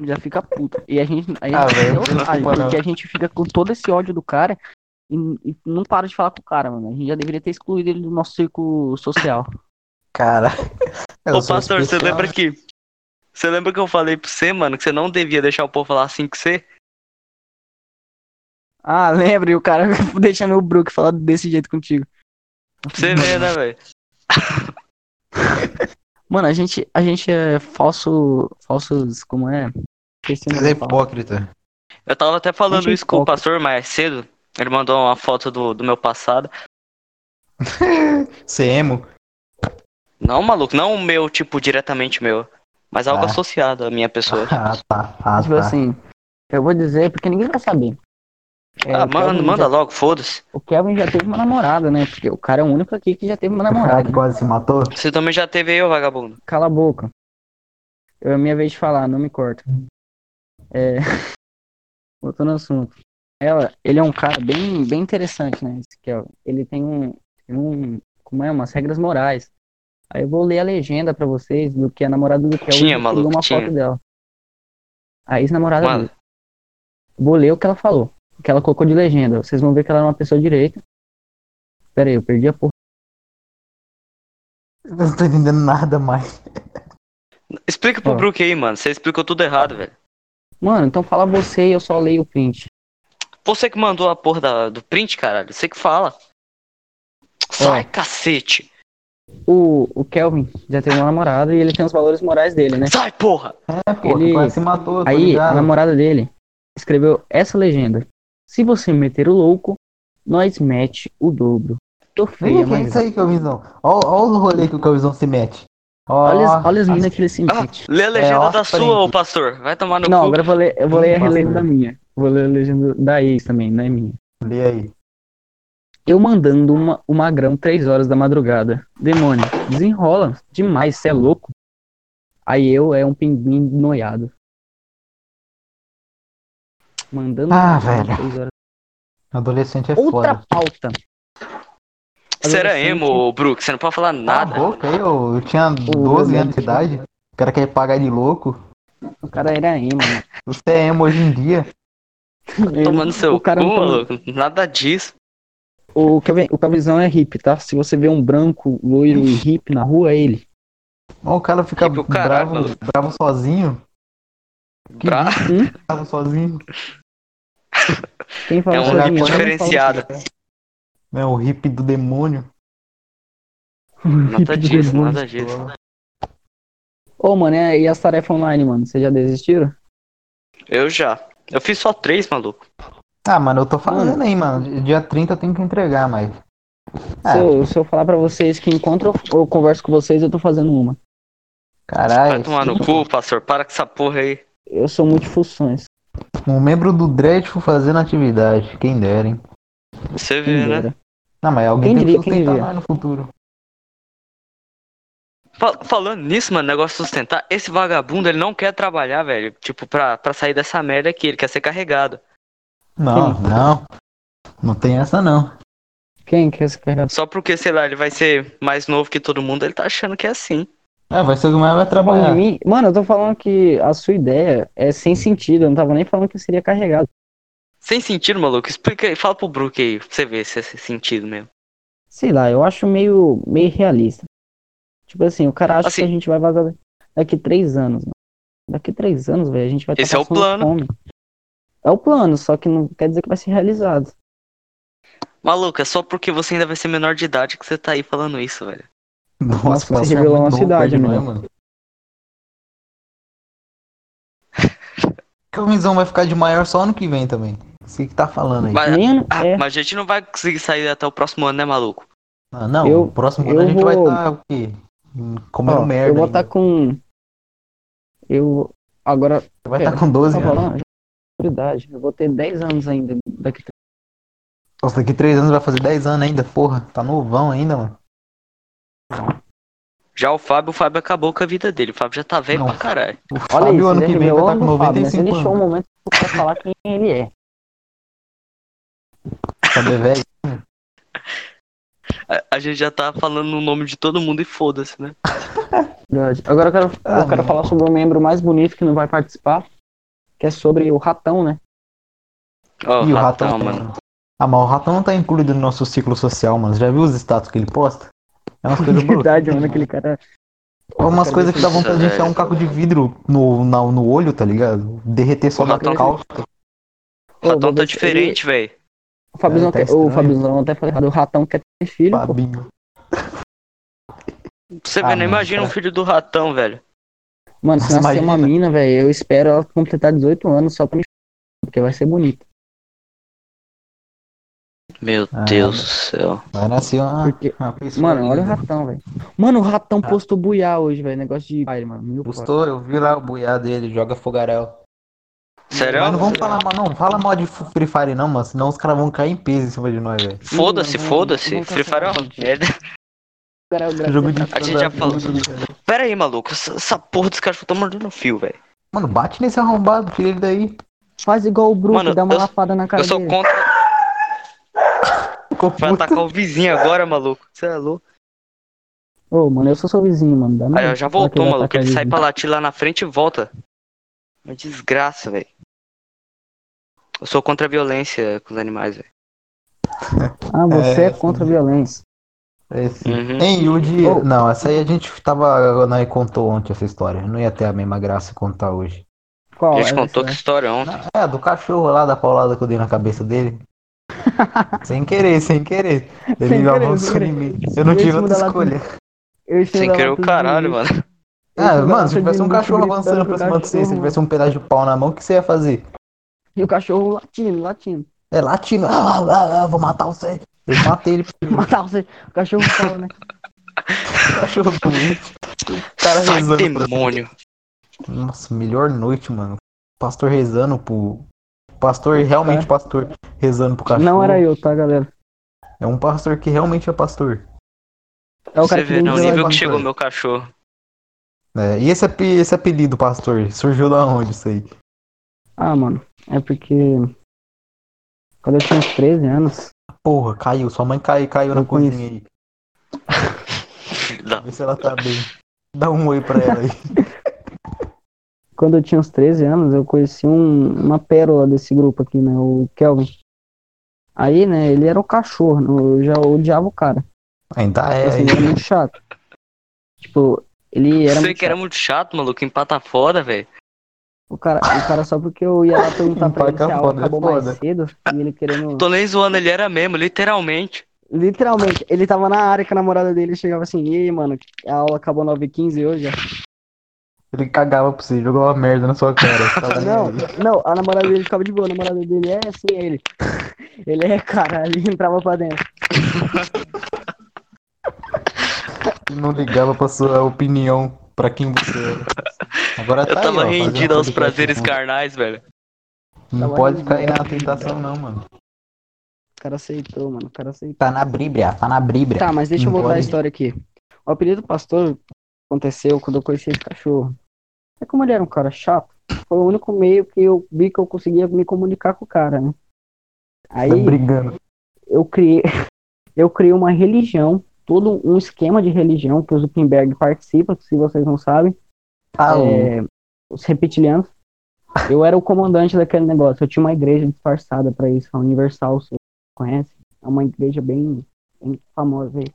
Speaker 1: já fica puto. E a gente, aí
Speaker 3: Ah,
Speaker 1: a, gente
Speaker 3: velho,
Speaker 1: tem
Speaker 3: não
Speaker 1: coragem,
Speaker 3: tem
Speaker 1: porque a gente fica com todo esse ódio do cara e, e não para de falar com o cara, mano. A gente já deveria ter excluído ele do nosso círculo social.
Speaker 3: Cara. É, eu
Speaker 2: Ô,
Speaker 3: sou
Speaker 2: pastor, você
Speaker 3: especial.
Speaker 2: lembra que. Você lembra que eu falei pra você, mano, que você não devia deixar o povo falar assim com você?
Speaker 1: Ah, lembra? E o cara deixando o Brook falar desse jeito contigo.
Speaker 2: Pra você ver, né, velho?
Speaker 1: Mano, a gente, a gente é falso. Falsos. Como é? Esqueci o
Speaker 3: Você é
Speaker 1: nome da palavra.
Speaker 3: hipócrita.
Speaker 2: Eu tava até falando
Speaker 1: Gente
Speaker 2: isso com o
Speaker 1: hipócrita.
Speaker 2: pastor mais cedo. Ele mandou uma foto do, do meu passado.
Speaker 3: Você é emo?
Speaker 2: Não, maluco, não o meu, tipo, diretamente meu. Mas algo
Speaker 3: Ah.
Speaker 2: associado à minha pessoa.
Speaker 3: Ah, tá. Ah,
Speaker 1: Tipo
Speaker 3: tá.
Speaker 1: assim, eu vou dizer porque ninguém vai saber. É,
Speaker 2: ah,
Speaker 1: o Kelvin
Speaker 2: mano,
Speaker 1: já-
Speaker 2: manda logo, foda-se.
Speaker 1: o Kelvin já teve uma namorada, né? Porque o cara é o único aqui que já teve uma namorada.
Speaker 3: Caralho, quase se matou?
Speaker 2: Você também já teve eu, vagabundo.
Speaker 1: Cala a boca. É a minha vez de falar, não me corta. É... Voltando ao assunto. Ela, ele é um cara bem, bem interessante, né? esse Kelvin. Ele tem um, tem um. Como é? Umas regras morais. Aí eu vou ler a legenda pra vocês do que a namorada do Kelvin
Speaker 2: Tinha,
Speaker 1: tirou
Speaker 2: maluco,
Speaker 1: uma
Speaker 2: tinha.
Speaker 1: foto dela. A ex-namorada
Speaker 2: Mano.
Speaker 1: dele. Vou ler o que ela falou. O que ela colocou de legenda. Vocês vão ver que ela é uma pessoa direita. Pera aí, eu perdi a porra.
Speaker 3: Eu não tô entendendo nada mais.
Speaker 2: Explica pro
Speaker 1: Ó.
Speaker 2: Brook aí, mano. Você explicou tudo errado, velho.
Speaker 1: Mano, então fala você e eu só leio o print.
Speaker 2: Você que mandou a porra da- do print, caralho. Você que fala. Sai, cacete.
Speaker 1: o, o Kelvin já teve uma namorada e ele tem os valores morais dele, né?
Speaker 2: Sai, porra.
Speaker 3: É, pô,
Speaker 1: Ele-
Speaker 3: quase se matou, tô
Speaker 1: Aí a
Speaker 3: ligado.
Speaker 1: namorada dele escreveu essa legenda: Se você meter o louco, nós mete o dobro. Tô feia,
Speaker 3: Vem aqui, é
Speaker 1: mas.
Speaker 3: isso aí, Calvizão. Olha o rolê que é o Calvizão se mete. Ó,
Speaker 1: Olha, as-
Speaker 3: ó.
Speaker 1: olha as minas que ele se
Speaker 2: Ah,
Speaker 1: mete.
Speaker 2: Lê a legenda
Speaker 3: ó,
Speaker 2: da
Speaker 3: print.
Speaker 2: sua, ô pastor. Vai tomar no
Speaker 1: É, Não,
Speaker 2: cu.
Speaker 1: agora eu vou ler, eu vou ler a
Speaker 3: Nossa,
Speaker 1: legenda da
Speaker 3: velho.
Speaker 1: minha. Vou ler a legenda da ex também, não é minha.
Speaker 3: Lê aí.
Speaker 1: Eu mandando uma, o magrão três horas da madrugada. Demônio, desenrola demais, cê é louco. Aí eu é um pinguim noiado. Mandando.
Speaker 3: Ah,
Speaker 1: mensagem
Speaker 3: velho.
Speaker 1: três horas.
Speaker 3: Adolescente é
Speaker 1: Outra
Speaker 3: foda.
Speaker 1: pauta.
Speaker 2: Você era
Speaker 1: Adolescente.
Speaker 2: emo, ô, Brook, você não pode
Speaker 1: Tá
Speaker 2: falar
Speaker 3: Cala a
Speaker 2: nada.
Speaker 3: boca aí, eu, eu tinha 12 anos de idade. O cara quer pagar de louco.
Speaker 1: O cara era emo, né?
Speaker 3: Você é emo hoje em dia.
Speaker 1: Ele-
Speaker 2: Tomando seu
Speaker 1: o cara
Speaker 2: cu,
Speaker 1: não toma-
Speaker 2: maluco. Nada disso.
Speaker 1: O, Calvin- o Calvizão é hippie, tá? Se você vê um branco, loiro e hippie na rua, é ele.
Speaker 3: Ó, o cara fica
Speaker 2: Que pro caralho,
Speaker 3: bravo,
Speaker 2: maluco.
Speaker 3: bravo sozinho. Que
Speaker 2: Bra-
Speaker 3: Bravo sozinho.
Speaker 1: Quem fala
Speaker 2: É um
Speaker 1: sobre
Speaker 3: Olhar
Speaker 1: mim,
Speaker 3: com-
Speaker 1: eu não falo
Speaker 2: diferenciado.
Speaker 3: Né, o hippie do demônio.
Speaker 1: sobre hippie
Speaker 2: Nada
Speaker 1: do
Speaker 2: disso,
Speaker 1: demônio.
Speaker 2: nada disso.
Speaker 1: Ô, mano, é- e as tarefas online, mano? Vocês já desistiram?
Speaker 2: Eu já. Eu fiz só três, maluco.
Speaker 3: Ah, mano, eu tô fazendo aí, mano. Dia 30 eu tenho que entregar, mas. Ah.
Speaker 1: Se, eu, se eu falar pra vocês que enquanto eu, eu converso com vocês, eu tô fazendo uma.
Speaker 2: Vai
Speaker 3: Caralho.
Speaker 2: tomar no cu, pastor. Para com essa porra aí.
Speaker 1: Eu sou multifunções.
Speaker 3: Um membro do Dreadful fazendo atividade. Quem dera, hein?
Speaker 2: Você
Speaker 1: quem
Speaker 2: vê, né?
Speaker 1: dera.
Speaker 3: Não, mas alguém
Speaker 1: Quem
Speaker 3: tem que
Speaker 1: diria, quem
Speaker 3: sustentar
Speaker 1: diria?
Speaker 3: nós no futuro.
Speaker 2: Fal- Falando nisso, mano, negócio de sustentar. Esse vagabundo, ele não quer trabalhar, velho. Tipo, pra, pra sair dessa merda aqui. Ele quer ser carregado.
Speaker 3: Não,
Speaker 1: Quem?
Speaker 3: não. Não tem essa, não.
Speaker 1: Quem que é esse cara?
Speaker 2: Só porque, sei lá, ele vai ser mais novo que todo mundo. Ele tá achando que é assim.
Speaker 3: Ah, vai ser o que mais vai
Speaker 1: tá Falando de
Speaker 3: trabalhar.
Speaker 1: mim? Mano, eu tô falando que a sua ideia é sem sentido. Eu não tava nem falando que eu seria carregado.
Speaker 2: Sem sentido, maluco. Explica aí. Fala pro Brook aí. Pra você ver se é sem sentido mesmo.
Speaker 1: Sei lá, eu acho meio, meio realista. Tipo assim, o cara acha
Speaker 2: Assim-
Speaker 1: que a gente vai vazar daqui três anos. Mano. Daqui três anos, velho, a gente vai tá
Speaker 2: Esse é o
Speaker 1: passando
Speaker 2: plano.
Speaker 1: fome. É o plano, só que não quer dizer que vai ser realizado.
Speaker 2: Maluco, é só porque você ainda vai ser menor de idade que você tá aí falando isso, velho.
Speaker 1: Nossa, você
Speaker 3: mas é
Speaker 1: revelou
Speaker 3: muito
Speaker 1: uma
Speaker 3: novo
Speaker 1: cidade,
Speaker 3: perto de nós,
Speaker 1: amigo.
Speaker 3: mano. Que o Mizão vai ficar de maior só ano que vem também. Você que tá falando aí.
Speaker 2: Mas,
Speaker 1: Nem ano-
Speaker 2: ah,
Speaker 1: é,
Speaker 2: mas a gente não vai conseguir sair até o próximo ano, né, maluco?
Speaker 3: Ah, não,
Speaker 1: eu-
Speaker 3: o próximo
Speaker 1: eu
Speaker 3: ano a gente vai
Speaker 1: vou-
Speaker 3: estar o quê? Hum, Comendo
Speaker 1: ó,
Speaker 3: merda.
Speaker 1: eu vou tá
Speaker 3: ainda.
Speaker 1: estar com. Eu. Agora,
Speaker 3: Você vai estar com 12
Speaker 1: tá
Speaker 3: anos.
Speaker 1: falando? é Verdade, eu vou ter 10 anos ainda daqui três
Speaker 3: Nossa, daqui 3 anos vai fazer 10 anos ainda, porra. Tá novão ainda, mano.
Speaker 2: Já o Fábio, o Fábio acabou com a vida dele. O Fábio já tá velho
Speaker 3: Não.
Speaker 2: pra caralho.
Speaker 3: O
Speaker 1: Olha
Speaker 3: Fábio
Speaker 1: isso,
Speaker 3: ano
Speaker 1: ele
Speaker 3: que vem vai
Speaker 1: revelou
Speaker 3: estar com
Speaker 1: o Fábio, né?
Speaker 3: 95
Speaker 1: Você deixou um
Speaker 3: anos.
Speaker 1: momento pra falar quem ele é. um
Speaker 3: Cadê, Tá velho?
Speaker 2: A, a gente já tá falando o nome de todo mundo e foda-se, né?
Speaker 1: Verdade. Agora eu quero,
Speaker 3: Ah,
Speaker 1: eu quero
Speaker 3: mano.
Speaker 1: falar sobre o membro mais bonito que não vai participar, que é sobre o ratão, né?
Speaker 2: Ó,
Speaker 3: Ih,
Speaker 2: o ratão, mano.
Speaker 3: Ah, mas o ratão não tá incluído no nosso ciclo social, mano. Já viu os status que ele posta? É umas coisas boas.
Speaker 1: Verdade, mano, aquele cara.
Speaker 3: É umas
Speaker 1: Cara,
Speaker 3: coisas que dá
Speaker 2: isso,
Speaker 3: vontade de enfiar
Speaker 2: velho.
Speaker 3: um caco de vidro no, na- no olho, tá ligado? Derreter só
Speaker 2: O
Speaker 3: na
Speaker 2: ratão-
Speaker 3: calça.
Speaker 2: O
Speaker 1: Ô, vou
Speaker 2: ratão tá
Speaker 1: ver se-
Speaker 2: diferente, velho.
Speaker 1: O Fabizão
Speaker 3: Tá
Speaker 1: quer. Ô,
Speaker 3: estranho.
Speaker 1: O Fabizão até falou errado, o ratão quer ter filho. pô.
Speaker 3: Fabinho.
Speaker 2: Você vê, não
Speaker 3: Ah, mano,
Speaker 2: imagina um
Speaker 3: cara.
Speaker 2: filho do ratão, velho.
Speaker 1: Mano, se
Speaker 3: Nossa,
Speaker 1: nascer uma
Speaker 3: imagina.
Speaker 1: mina, velho, eu espero ela completar 18 anos só pra me. Porque vai ser bonito.
Speaker 2: Meu
Speaker 3: Ah,
Speaker 2: Deus do céu.
Speaker 3: Vai nascer uma,
Speaker 1: Porque.
Speaker 3: uma pessoa. né?
Speaker 1: Mano, olha o
Speaker 3: linda.
Speaker 1: ratão, velho. Mano, o ratão
Speaker 3: Ah.
Speaker 1: postou buiá hoje, velho. Negócio de pai, mano. Mil fotos.
Speaker 3: Gostou? Eu vi lá o boiá dele, joga fogaréu.
Speaker 2: Sério?
Speaker 3: Mas não vamos falar mal, não. Fala mal de Fu- Free Fire, não, mano. Senão os caras vão cair em peso em cima de nós, velho.
Speaker 1: Hum,
Speaker 2: Foda-se,
Speaker 1: Não, não,
Speaker 2: foda-se.
Speaker 1: não tá
Speaker 2: Free Fire é uma
Speaker 1: certo.
Speaker 2: merda.
Speaker 3: Jogo de
Speaker 2: A gente já falou. Pera aí, maluco. Essa, essa porra dos caras tá mordendo o fio, velho.
Speaker 3: Mano, bate nesse arrombado, tira ele daí.
Speaker 1: Faz igual o Brook,
Speaker 2: Mano,
Speaker 1: dá uma
Speaker 2: eu-
Speaker 1: lapada na cara
Speaker 2: Eu sou
Speaker 1: dele.
Speaker 2: contra.
Speaker 3: Ficou
Speaker 2: Vai
Speaker 3: puto.
Speaker 2: atacar o vizinho agora, maluco. Você é louco.
Speaker 1: Ô, mano, eu sou seu vizinho, mano. Dá
Speaker 2: Aí, ó,
Speaker 1: merda.
Speaker 2: já
Speaker 1: Fala que
Speaker 2: voltou,
Speaker 1: vai
Speaker 2: maluco.
Speaker 1: atacar
Speaker 2: Ele sai
Speaker 1: gente.
Speaker 2: pra latir lá na frente e volta. Uma desgraça, velho. Eu sou contra a violência com os animais, velho.
Speaker 1: Ah, você é,
Speaker 3: É,
Speaker 1: contra a violência.
Speaker 3: Esse.
Speaker 2: Uhum.
Speaker 3: É Hein, e o de.
Speaker 1: Oh.
Speaker 3: Não, essa aí a gente tava. Nós contou ontem essa história. Não ia ter a mesma graça contar hoje.
Speaker 1: Qual
Speaker 2: A
Speaker 1: é
Speaker 2: gente contou que
Speaker 1: essa?
Speaker 2: história ontem.
Speaker 3: Ah, É, do cachorro lá, da paulada que eu dei na cabeça dele. sem querer, sem querer. Ele é um
Speaker 1: Sem
Speaker 3: me
Speaker 1: querer,
Speaker 3: avançou
Speaker 1: sem querer.
Speaker 3: em mim. Eu não
Speaker 1: Eu
Speaker 3: tive
Speaker 1: ia te
Speaker 3: outra
Speaker 1: mudar lá
Speaker 3: escolha.
Speaker 1: Eu
Speaker 2: Sem querer o caralho, mano.
Speaker 3: Ah,
Speaker 1: Eu
Speaker 3: mano, se
Speaker 1: gosto
Speaker 3: tivesse
Speaker 1: de
Speaker 3: um cachorro
Speaker 1: gritando
Speaker 3: avançando
Speaker 1: pro
Speaker 3: pra cima de você, se
Speaker 1: cachorro.
Speaker 3: tivesse um pedaço de pau na mão, o que você ia fazer?
Speaker 1: E o cachorro latindo, latindo.
Speaker 3: É latino. Ah, ah, ah, vou matar você. Eu matei ele pro
Speaker 1: Matar você. O cachorro fala, né?
Speaker 3: cachorro doente. O cara
Speaker 2: Sai,
Speaker 3: rezando. pra-
Speaker 2: demônio.
Speaker 3: Nossa, melhor noite, mano. Pastor rezando pro. Pastor, realmente pastor, rezando pro cachorro.
Speaker 1: É. Não era eu, tá, galera?
Speaker 3: É um pastor que realmente é pastor.
Speaker 1: É o
Speaker 2: Você
Speaker 1: cara que
Speaker 2: vê,
Speaker 1: vem
Speaker 2: né? O
Speaker 1: de lá
Speaker 2: nível
Speaker 1: e
Speaker 2: que
Speaker 3: de
Speaker 2: chegou
Speaker 3: banho.
Speaker 2: meu cachorro.
Speaker 3: né? É, e esse, ape- esse apelido pastor surgiu da onde isso aí?
Speaker 1: fala, Ah, mano, é porque quando eu tinha uns 13 anos,
Speaker 3: Porra, caiu. Sua mãe caiu, caiu na
Speaker 1: Eu conheço.
Speaker 3: cozinha aí.
Speaker 2: Filho da-
Speaker 3: Vê se ela tá bem. Dá um oi pra ela aí.
Speaker 1: quando eu tinha uns 13 anos, eu conheci um- uma pérola desse grupo aqui, né? O Kelvin. Aí, né, ele era o cachorro, né, eu já odiava o cara.
Speaker 3: Ainda é,
Speaker 1: assim, ele era
Speaker 3: ainda.
Speaker 1: muito chato. Tipo, ele era
Speaker 2: Sei
Speaker 1: muito
Speaker 2: que era
Speaker 1: chato.
Speaker 2: muito chato, maluco. Empata fora, velho.
Speaker 1: O cara, o cara só porque eu ia lá perguntar pra ele se a aula
Speaker 3: Empaca
Speaker 1: acabou
Speaker 3: foda, é
Speaker 1: mais cedo e ele querendo.
Speaker 2: Tô nem zoando, ele era mesmo, literalmente.
Speaker 1: Literalmente, ele tava na área que a namorada dele chegava assim, e aí, mano, a aula acabou 9h15 hoje. é ó."
Speaker 3: Ele cagava pra você, jogou uma merda na sua cara. Fala aí,
Speaker 1: Não,
Speaker 3: aí.
Speaker 1: não, a namorada dele ficava de boa, a namorada dele é assim, é ele. Ele é, cara, ele entrava pra dentro.
Speaker 3: Ele não ligava pra sua opinião, pra quem você era. Agora
Speaker 2: Eu
Speaker 3: tá
Speaker 2: tava
Speaker 3: aí, ó, fazendo
Speaker 2: rendido aos
Speaker 3: podcast
Speaker 2: prazeres
Speaker 3: junto.
Speaker 2: carnais, velho.
Speaker 3: Não
Speaker 1: Tava
Speaker 3: pode cair
Speaker 1: rendido.
Speaker 3: na tentação, não, mano.
Speaker 1: O cara aceitou, mano, o cara aceitou.
Speaker 3: Tá na bríbria, tá na bríbria.
Speaker 1: Tá, mas deixa eu
Speaker 3: Não
Speaker 1: voltar a
Speaker 3: pode.
Speaker 1: história aqui. O apelido pastor aconteceu quando eu conheci esse cachorro. É como ele era um cara chato, foi o único meio que eu vi que eu conseguia me comunicar com o cara, né? Aí
Speaker 3: Tá brigando.
Speaker 1: eu criei, eu criei uma religião, todo um esquema de religião que o Zuckerberg participa, se vocês não sabem,
Speaker 3: Ah, o-
Speaker 1: é, os reptilianos. Eu era o comandante daquele negócio, eu tinha uma igreja disfarçada pra isso, a Universal, você conhece? É uma igreja bem, bem famosa aí.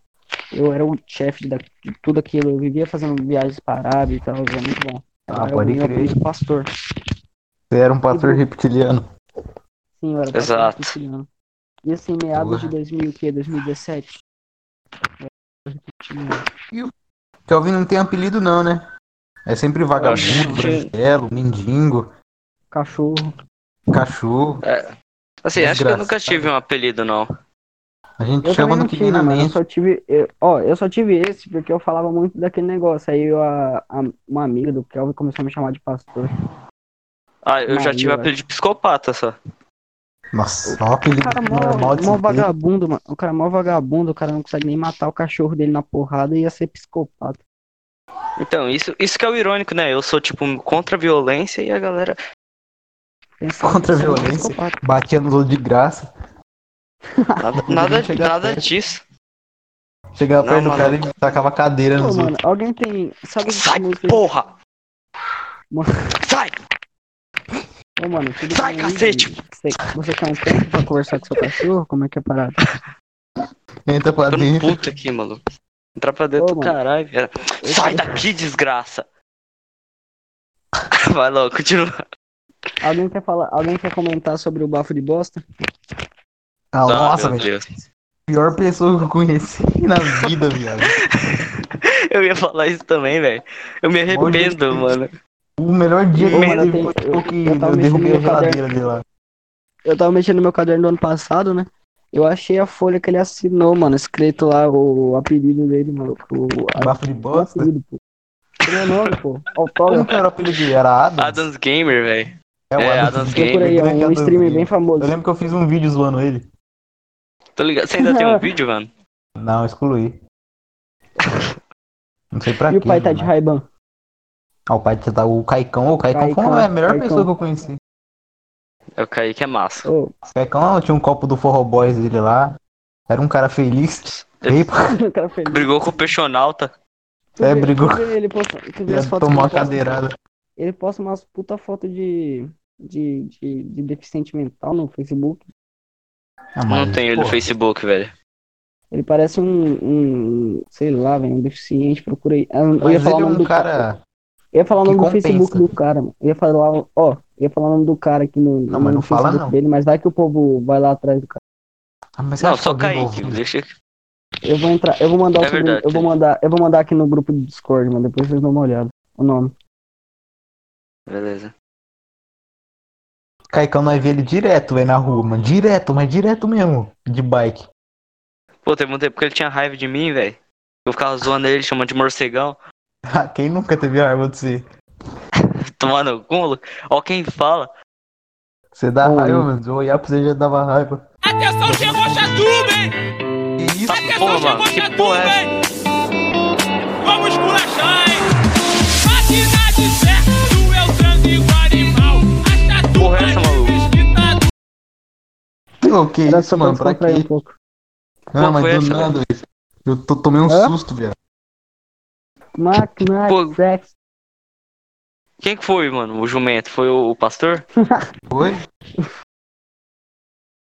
Speaker 1: Eu era o chefe da- de tudo aquilo, eu vivia fazendo viagens para a Arábia e tal, era muito bom.
Speaker 3: Ah,
Speaker 1: Era o
Speaker 3: pode
Speaker 1: meu
Speaker 3: crer.
Speaker 1: apelido pastor.
Speaker 3: Você era um pastor reptiliano.
Speaker 1: Sim, eu era pastor
Speaker 2: Exato.
Speaker 1: reptiliano. E assim, meados de
Speaker 3: Porra.
Speaker 1: 2000, o quê? 2017? eu era reptiliano.
Speaker 3: Kelvin não tem apelido, não, né? É sempre vagabundo,
Speaker 2: acho que-
Speaker 3: branquelo, mendigo,
Speaker 1: Cachorro.
Speaker 3: cachorro.
Speaker 2: Assim, acho que eu
Speaker 3: Desgraçado.
Speaker 2: nunca tive um apelido, não.
Speaker 3: A gente
Speaker 1: Eu
Speaker 3: chama
Speaker 1: também
Speaker 3: no
Speaker 1: não
Speaker 3: que
Speaker 1: tive,
Speaker 3: vem na
Speaker 1: mano. Eu
Speaker 3: mente.
Speaker 1: só tive. eu- ó, eu só tive esse porque eu falava muito daquele negócio. Aí eu, a, a- uma amiga do Kelvin começou a me chamar de pastor.
Speaker 2: Ah, eu já
Speaker 1: Maria,
Speaker 2: tive apelido de psicopata só.
Speaker 3: Nossa, ó, aquele
Speaker 1: O cara mó,
Speaker 3: cara mó
Speaker 1: mó
Speaker 3: desempenho.
Speaker 1: vagabundo, mano. O cara é mó vagabundo, o cara não consegue nem matar o cachorro dele na porrada e ia ser psicopata.
Speaker 2: Então, isso, isso que é o irônico, né? Eu sou, tipo, um contra a violência e a galera.
Speaker 1: Pensava
Speaker 3: Contra a
Speaker 1: que era um
Speaker 3: violência.
Speaker 1: psicopata.
Speaker 3: Batia nos outros de graça.
Speaker 2: Nada, nada,
Speaker 3: chega
Speaker 2: nada
Speaker 3: perto.
Speaker 2: disso.
Speaker 3: Chegava
Speaker 2: Não,
Speaker 3: perto do
Speaker 2: mano.
Speaker 3: cara e tacava cadeira
Speaker 1: Pô,
Speaker 3: nos
Speaker 1: mano,
Speaker 3: outros.
Speaker 1: alguém tem. Sabe
Speaker 2: Sai,
Speaker 1: que música?
Speaker 2: porra!
Speaker 1: Mano.
Speaker 2: Sai!
Speaker 3: Tá
Speaker 1: Ô, mano, tudo
Speaker 2: Sai,
Speaker 1: bem aí,
Speaker 2: cacete!
Speaker 1: mano? Você, você quer um tempo pra conversar com seu cachorro? Como é que é parado?
Speaker 3: Entra pra
Speaker 2: Tô no
Speaker 3: dentro.
Speaker 2: puto aqui, maluco. Entrar pra dentro
Speaker 1: Ô,
Speaker 2: do
Speaker 1: mano.
Speaker 2: caralho, velho. Sai daqui, desgraça! Vai logo, continua.
Speaker 1: Alguém quer falar? Alguém quer comentar sobre o bafo de bosta?
Speaker 3: Ah, nossa,
Speaker 2: Ah, meu
Speaker 3: velho.
Speaker 2: Deus.
Speaker 3: Pior pessoa que eu conheci na vida, viado.
Speaker 2: Eu ia falar isso também, velho. Eu me arrependo,
Speaker 3: Deus.
Speaker 2: mano.
Speaker 3: O melhor dia que
Speaker 1: Ô,
Speaker 3: eu
Speaker 1: mano, eu
Speaker 3: teve
Speaker 1: tenho-
Speaker 3: foi que
Speaker 1: eu- eu tava
Speaker 3: eu derrubei a
Speaker 1: mexendo no caderno.
Speaker 3: geladeira dele lá.
Speaker 1: Eu tava mexendo no meu caderno do ano passado, né? Eu achei a folha que ele assinou, mano, escrito lá o apelido dele, mano. O, a-
Speaker 3: Bafo de
Speaker 1: o
Speaker 3: bosta.
Speaker 1: apelido, pô. O meu nome, pô.
Speaker 3: Como
Speaker 1: Autógrafo.
Speaker 3: que era o apelido dele? Era Adams?
Speaker 2: Adams Gamer, velho.
Speaker 3: o
Speaker 2: é,
Speaker 3: um Adams
Speaker 2: Adams
Speaker 3: Gamer,
Speaker 2: Gamer.
Speaker 1: Procura aí, ó,
Speaker 3: grande
Speaker 1: um
Speaker 3: Adams
Speaker 1: streamer bem
Speaker 3: Gamer. é Eu
Speaker 1: famoso.
Speaker 3: lembro que eu fiz um vídeo zoando ele.
Speaker 2: Tô ligado. Você ainda tem um vídeo, mano?
Speaker 3: Não, excluí. Não sei pra
Speaker 1: E o
Speaker 3: quê,
Speaker 1: pai tá de
Speaker 3: mano.
Speaker 1: Raiban.
Speaker 3: Ah, o pai tá o Caicão. O Caicão foi
Speaker 1: Caicão,
Speaker 3: a melhor
Speaker 1: Caicão.
Speaker 3: pessoa que eu conheci.
Speaker 2: É o Kaique, é massa.
Speaker 1: Ô,
Speaker 3: O Caicão tinha um copo do Forro Boys dele lá. Era um cara feliz. Veio pra-
Speaker 1: o cara feliz.
Speaker 2: Brigou com o Peixonauta.
Speaker 1: Tu
Speaker 3: É,
Speaker 1: vê-
Speaker 3: brigou.
Speaker 1: Tu vê, ele posta, tu vê as
Speaker 3: Ia
Speaker 1: fotos
Speaker 3: tomar uma
Speaker 1: que ele posta.
Speaker 3: cadeirada.
Speaker 1: Ele posta umas puta foto de, de, de, de deficiente mental no Facebook.
Speaker 3: Ah, mas,
Speaker 2: Não tenho ele no
Speaker 3: pô,
Speaker 2: Facebook, velho.
Speaker 1: Ele parece um, um sei lá, velho, um deficiente, procura aí. Ah, Eu ia
Speaker 3: Mas
Speaker 1: falar o
Speaker 3: ele é
Speaker 1: nome
Speaker 3: um
Speaker 1: do
Speaker 3: cara.
Speaker 1: Eu ia falar o
Speaker 3: que
Speaker 1: nome do
Speaker 3: compensa.
Speaker 1: Facebook do cara, mano. Eu ia falar, ó, eu ia falar o nome do cara aqui no,
Speaker 3: Não,
Speaker 1: no
Speaker 3: mas não fala,
Speaker 1: Facebook
Speaker 3: não.
Speaker 1: dele, mas vai que o povo vai lá atrás do cara.
Speaker 3: Ah, mas
Speaker 2: Não,
Speaker 3: acha
Speaker 2: só
Speaker 3: que alguém
Speaker 2: Kaique.
Speaker 3: ouviu?
Speaker 2: Deixa
Speaker 1: Eu vou entrar, eu vou mandar o
Speaker 2: É
Speaker 1: sobrenome-
Speaker 2: verdade.
Speaker 1: eu vou mandar, eu vou mandar aqui no grupo do Discord, mano, depois vocês dão uma olhada. O nome.
Speaker 2: Beleza.
Speaker 3: Caicão nós vê ele direto, velho, na rua, mano. Direto, mas direto mesmo. De bike.
Speaker 2: Pô, teve um tempo que ele tinha raiva de mim, velho. Eu ficava zoando ele, chamando de morcegão.
Speaker 3: Ah, Quem nunca teve raiva de você?
Speaker 2: Tomando algum louco. Ó quem fala.
Speaker 3: Você dá
Speaker 1: Ô,
Speaker 3: raiva,
Speaker 1: mano.
Speaker 3: mano. Se eu olhar pra você já dava raiva.
Speaker 4: Atenção, chegou a Chatuba, hein?
Speaker 3: Que isso?
Speaker 2: Porra, Tá
Speaker 4: Atenção,
Speaker 2: mano,
Speaker 4: chegou a
Speaker 2: que porra
Speaker 4: Chatuba,
Speaker 2: é essa?
Speaker 4: hein? Vamos culachar, hein? Quantidade certa, tu é o sangue do animal. A
Speaker 2: Porra é
Speaker 4: Chatuba
Speaker 3: Ô, que
Speaker 1: Era
Speaker 3: isso,
Speaker 1: só pra
Speaker 3: mano? Pra
Speaker 1: descontrair um
Speaker 3: quê?
Speaker 1: pouco.
Speaker 3: Ah,
Speaker 2: Qual
Speaker 3: mas
Speaker 2: foi
Speaker 3: do
Speaker 2: essa,
Speaker 3: nada, velho. Eu tô, tomei um
Speaker 1: Hã?
Speaker 3: susto, viado.
Speaker 1: Mac, Mac,
Speaker 2: Pô.
Speaker 1: Sex.
Speaker 2: Quem que foi, mano? O jumento? Foi o, o pastor?
Speaker 3: Foi?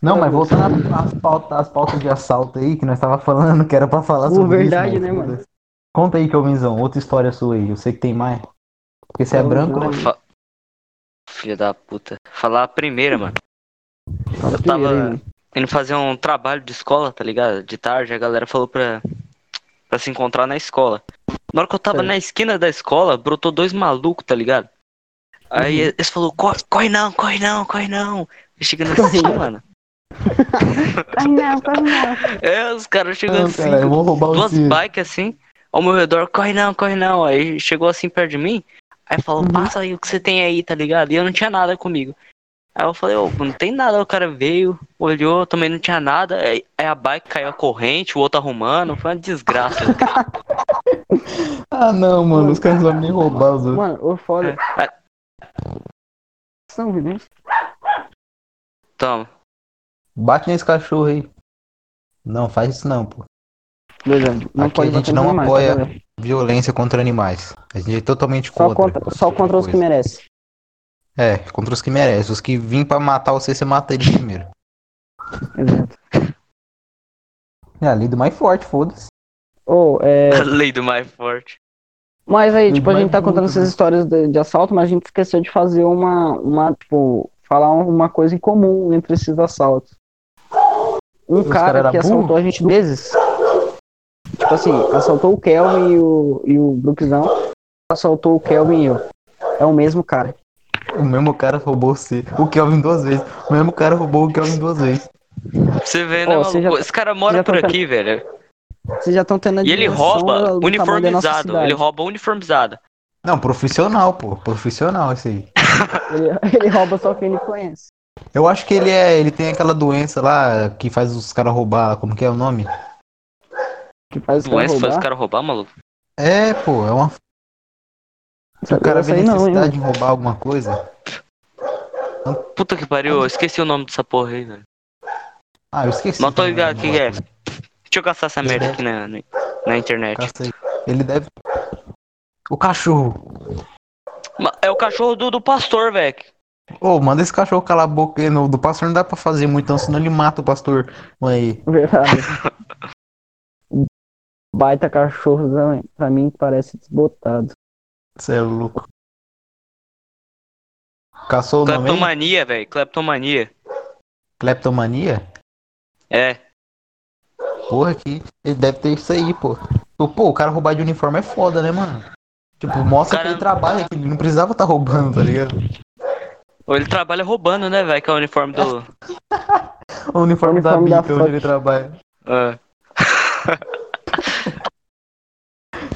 Speaker 3: Não, mas voltando às pautas, às pautas de assalto aí, que nós tava falando, que era pra falar
Speaker 1: Pô,
Speaker 3: sobre
Speaker 1: verdade,
Speaker 3: isso, mas
Speaker 1: né,
Speaker 3: foda-se.
Speaker 1: mano?
Speaker 3: Conta aí, Kelvinzão, outra história sua aí. Eu sei que tem mais. Porque você é
Speaker 1: Não,
Speaker 3: branco,
Speaker 1: não.
Speaker 3: né?
Speaker 2: Fa- Filha da puta. Falar a primeira, mano.
Speaker 1: Fala
Speaker 2: Eu
Speaker 1: primeiro,
Speaker 2: tava-
Speaker 1: hein?
Speaker 2: indo fazer um trabalho de escola, tá ligado? De tarde, a galera falou pra, pra se encontrar na escola. Na hora que eu tava
Speaker 1: Sei.
Speaker 2: na esquina da escola, brotou dois malucos, tá ligado? Aí eles falaram, corre, corre não, corre não, corre não. E chegando assim, mano.
Speaker 1: Ai, não, corre não.
Speaker 2: É, os caras chegando
Speaker 3: Ah,
Speaker 2: assim,
Speaker 3: cara, eu vou roubar o
Speaker 2: duas
Speaker 3: Ciro.
Speaker 2: bikes assim, ao meu redor, corre não, corre não. Aí chegou assim perto de mim, aí falou,
Speaker 1: Uhum.
Speaker 2: passa aí o que você tem aí, tá ligado? E eu não tinha nada comigo. Aí eu falei, ô, não tem nada, o cara veio, olhou, também não tinha nada, aí aí a bike caiu a corrente, o outro arrumando, foi uma desgraça.
Speaker 3: Ah, não, mano. Os caras não sabem nem roubar os outros.
Speaker 1: Mano, ô foda.
Speaker 2: É.
Speaker 1: São Vinícius.
Speaker 2: Toma.
Speaker 3: Bate nesse cachorro aí. Não, faz isso não, pô.
Speaker 1: Dois anos. Não
Speaker 3: Aqui
Speaker 1: pode
Speaker 3: a
Speaker 1: bater
Speaker 3: gente não
Speaker 1: nos animais,
Speaker 3: apoia
Speaker 1: tá vendo?
Speaker 3: Violência contra animais. A gente é totalmente
Speaker 1: Só
Speaker 3: contra.
Speaker 1: contra, só contra os que merecem.
Speaker 3: É, contra os que merecem. Os que vêm pra matar você, você mata eles primeiro.
Speaker 1: Exato.
Speaker 3: É a lei do mais forte, foda-se.
Speaker 1: Ou, é.
Speaker 2: A lei do mais forte.
Speaker 1: Mas aí,
Speaker 3: Os
Speaker 1: tipo, a
Speaker 3: mais
Speaker 1: gente tá contando
Speaker 3: brutos,
Speaker 1: essas
Speaker 3: né?
Speaker 1: histórias de, de assalto, mas a gente esqueceu de fazer uma, uma, tipo, falar uma coisa em comum entre esses assaltos. Um
Speaker 3: Os cara
Speaker 1: cara
Speaker 3: era
Speaker 1: que
Speaker 3: burro?
Speaker 1: assaltou a gente vezes. Tipo assim, assaltou o Kelvin e o, e o Brookzão, assaltou o Kelvin e eu. É o mesmo cara.
Speaker 3: O mesmo cara roubou você. O Kelvin duas vezes. O mesmo cara roubou o Kelvin duas vezes.
Speaker 2: Você vê, né,
Speaker 1: Ó, você
Speaker 2: maluco?
Speaker 1: já-
Speaker 2: Esse cara
Speaker 1: você
Speaker 2: mora
Speaker 1: já
Speaker 2: por
Speaker 1: tá-
Speaker 2: aqui, velho.
Speaker 1: Vocês já estão tendo a
Speaker 2: E ele
Speaker 1: dimensão do-
Speaker 2: rouba
Speaker 1: do tamanho da nossa
Speaker 2: uniformizado.
Speaker 1: cidade.
Speaker 2: Ele rouba uniformizado.
Speaker 3: Não, profissional, pô. Profissional esse aí.
Speaker 1: Ele, ele rouba só quem ele conhece.
Speaker 3: Eu acho que ele é. Ele tem aquela doença lá que faz os caras roubar. Como que é o nome?
Speaker 1: Que faz os caras
Speaker 2: Doença faz
Speaker 1: roubar.
Speaker 2: os caras roubar, maluco.
Speaker 3: É, pô, é uma. Se o cara
Speaker 1: Essa
Speaker 3: vê
Speaker 1: aí não, hein,
Speaker 3: necessidade
Speaker 1: mano.
Speaker 3: de roubar alguma coisa.
Speaker 2: Puta que pariu, eu esqueci o nome dessa porra aí, velho.
Speaker 3: Ah, eu esqueci.
Speaker 2: Mas tô
Speaker 3: também,
Speaker 2: ligado
Speaker 3: né,
Speaker 2: que é. Deixa eu caçar essa merda aqui na, na internet.
Speaker 3: Caça aí. Ele deve. O cachorro.
Speaker 2: Ma- É o cachorro do, do pastor, velho.
Speaker 3: Ô, manda esse cachorro calar a boca aí. No... Do pastor não dá pra fazer muito, não, senão ele mata o pastor. Olha aí.
Speaker 1: Verdade. Baita cachorro também. pra mim parece desbotado.
Speaker 3: Você é louco. Caçou o nome? aí?
Speaker 2: Cleptomania, velho. Cleptomania.
Speaker 3: Cleptomania?
Speaker 2: É.
Speaker 3: Porra, aqui. Ele deve ter isso aí, pô. Pô, pô, o cara roubar de uniforme é foda, né, mano? Tipo, mostra
Speaker 2: Cara-
Speaker 3: que ele trabalha, que ele não precisava tá roubando, tá ligado?
Speaker 2: Ou ele trabalha roubando, né, velho? Que é o uniforme do.
Speaker 3: O uniforme, da
Speaker 1: Uniforme da
Speaker 3: Bica, onde
Speaker 1: Fox.
Speaker 3: ele trabalha. É.
Speaker 2: Ah.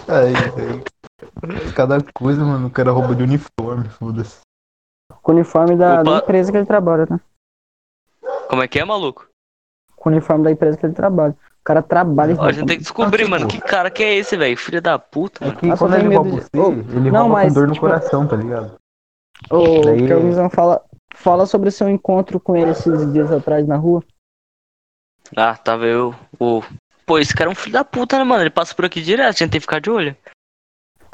Speaker 3: Aí, É aí. Cada coisa, mano, o cara rouba de uniforme, foda-se.
Speaker 1: Com o uniforme da,
Speaker 2: Opa.
Speaker 1: da empresa que ele trabalha, né?
Speaker 2: Como é que é, maluco?
Speaker 1: Com o uniforme da empresa que ele trabalha. O cara trabalha
Speaker 2: Ó, a gente tem que descobrir,
Speaker 3: Ah,
Speaker 2: mano,
Speaker 3: tipo-
Speaker 2: que cara que é esse, velho? Filho da puta,
Speaker 3: É
Speaker 2: mano.
Speaker 3: que
Speaker 1: Ah,
Speaker 3: quando
Speaker 1: só tem
Speaker 3: ele rouba
Speaker 1: medo
Speaker 3: você, ele
Speaker 1: Não,
Speaker 3: rouba
Speaker 1: mas,
Speaker 3: com dor no
Speaker 1: tipo-
Speaker 3: coração, tá ligado?
Speaker 1: Ô,
Speaker 3: Daí-
Speaker 1: Kelvin fala, fala sobre o seu encontro com ele esses dias atrás na rua.
Speaker 2: Ah, tava eu. O. Pô, esse cara é um filho da puta, né, mano? Ele passa por aqui direto, a gente tem que ficar de olho.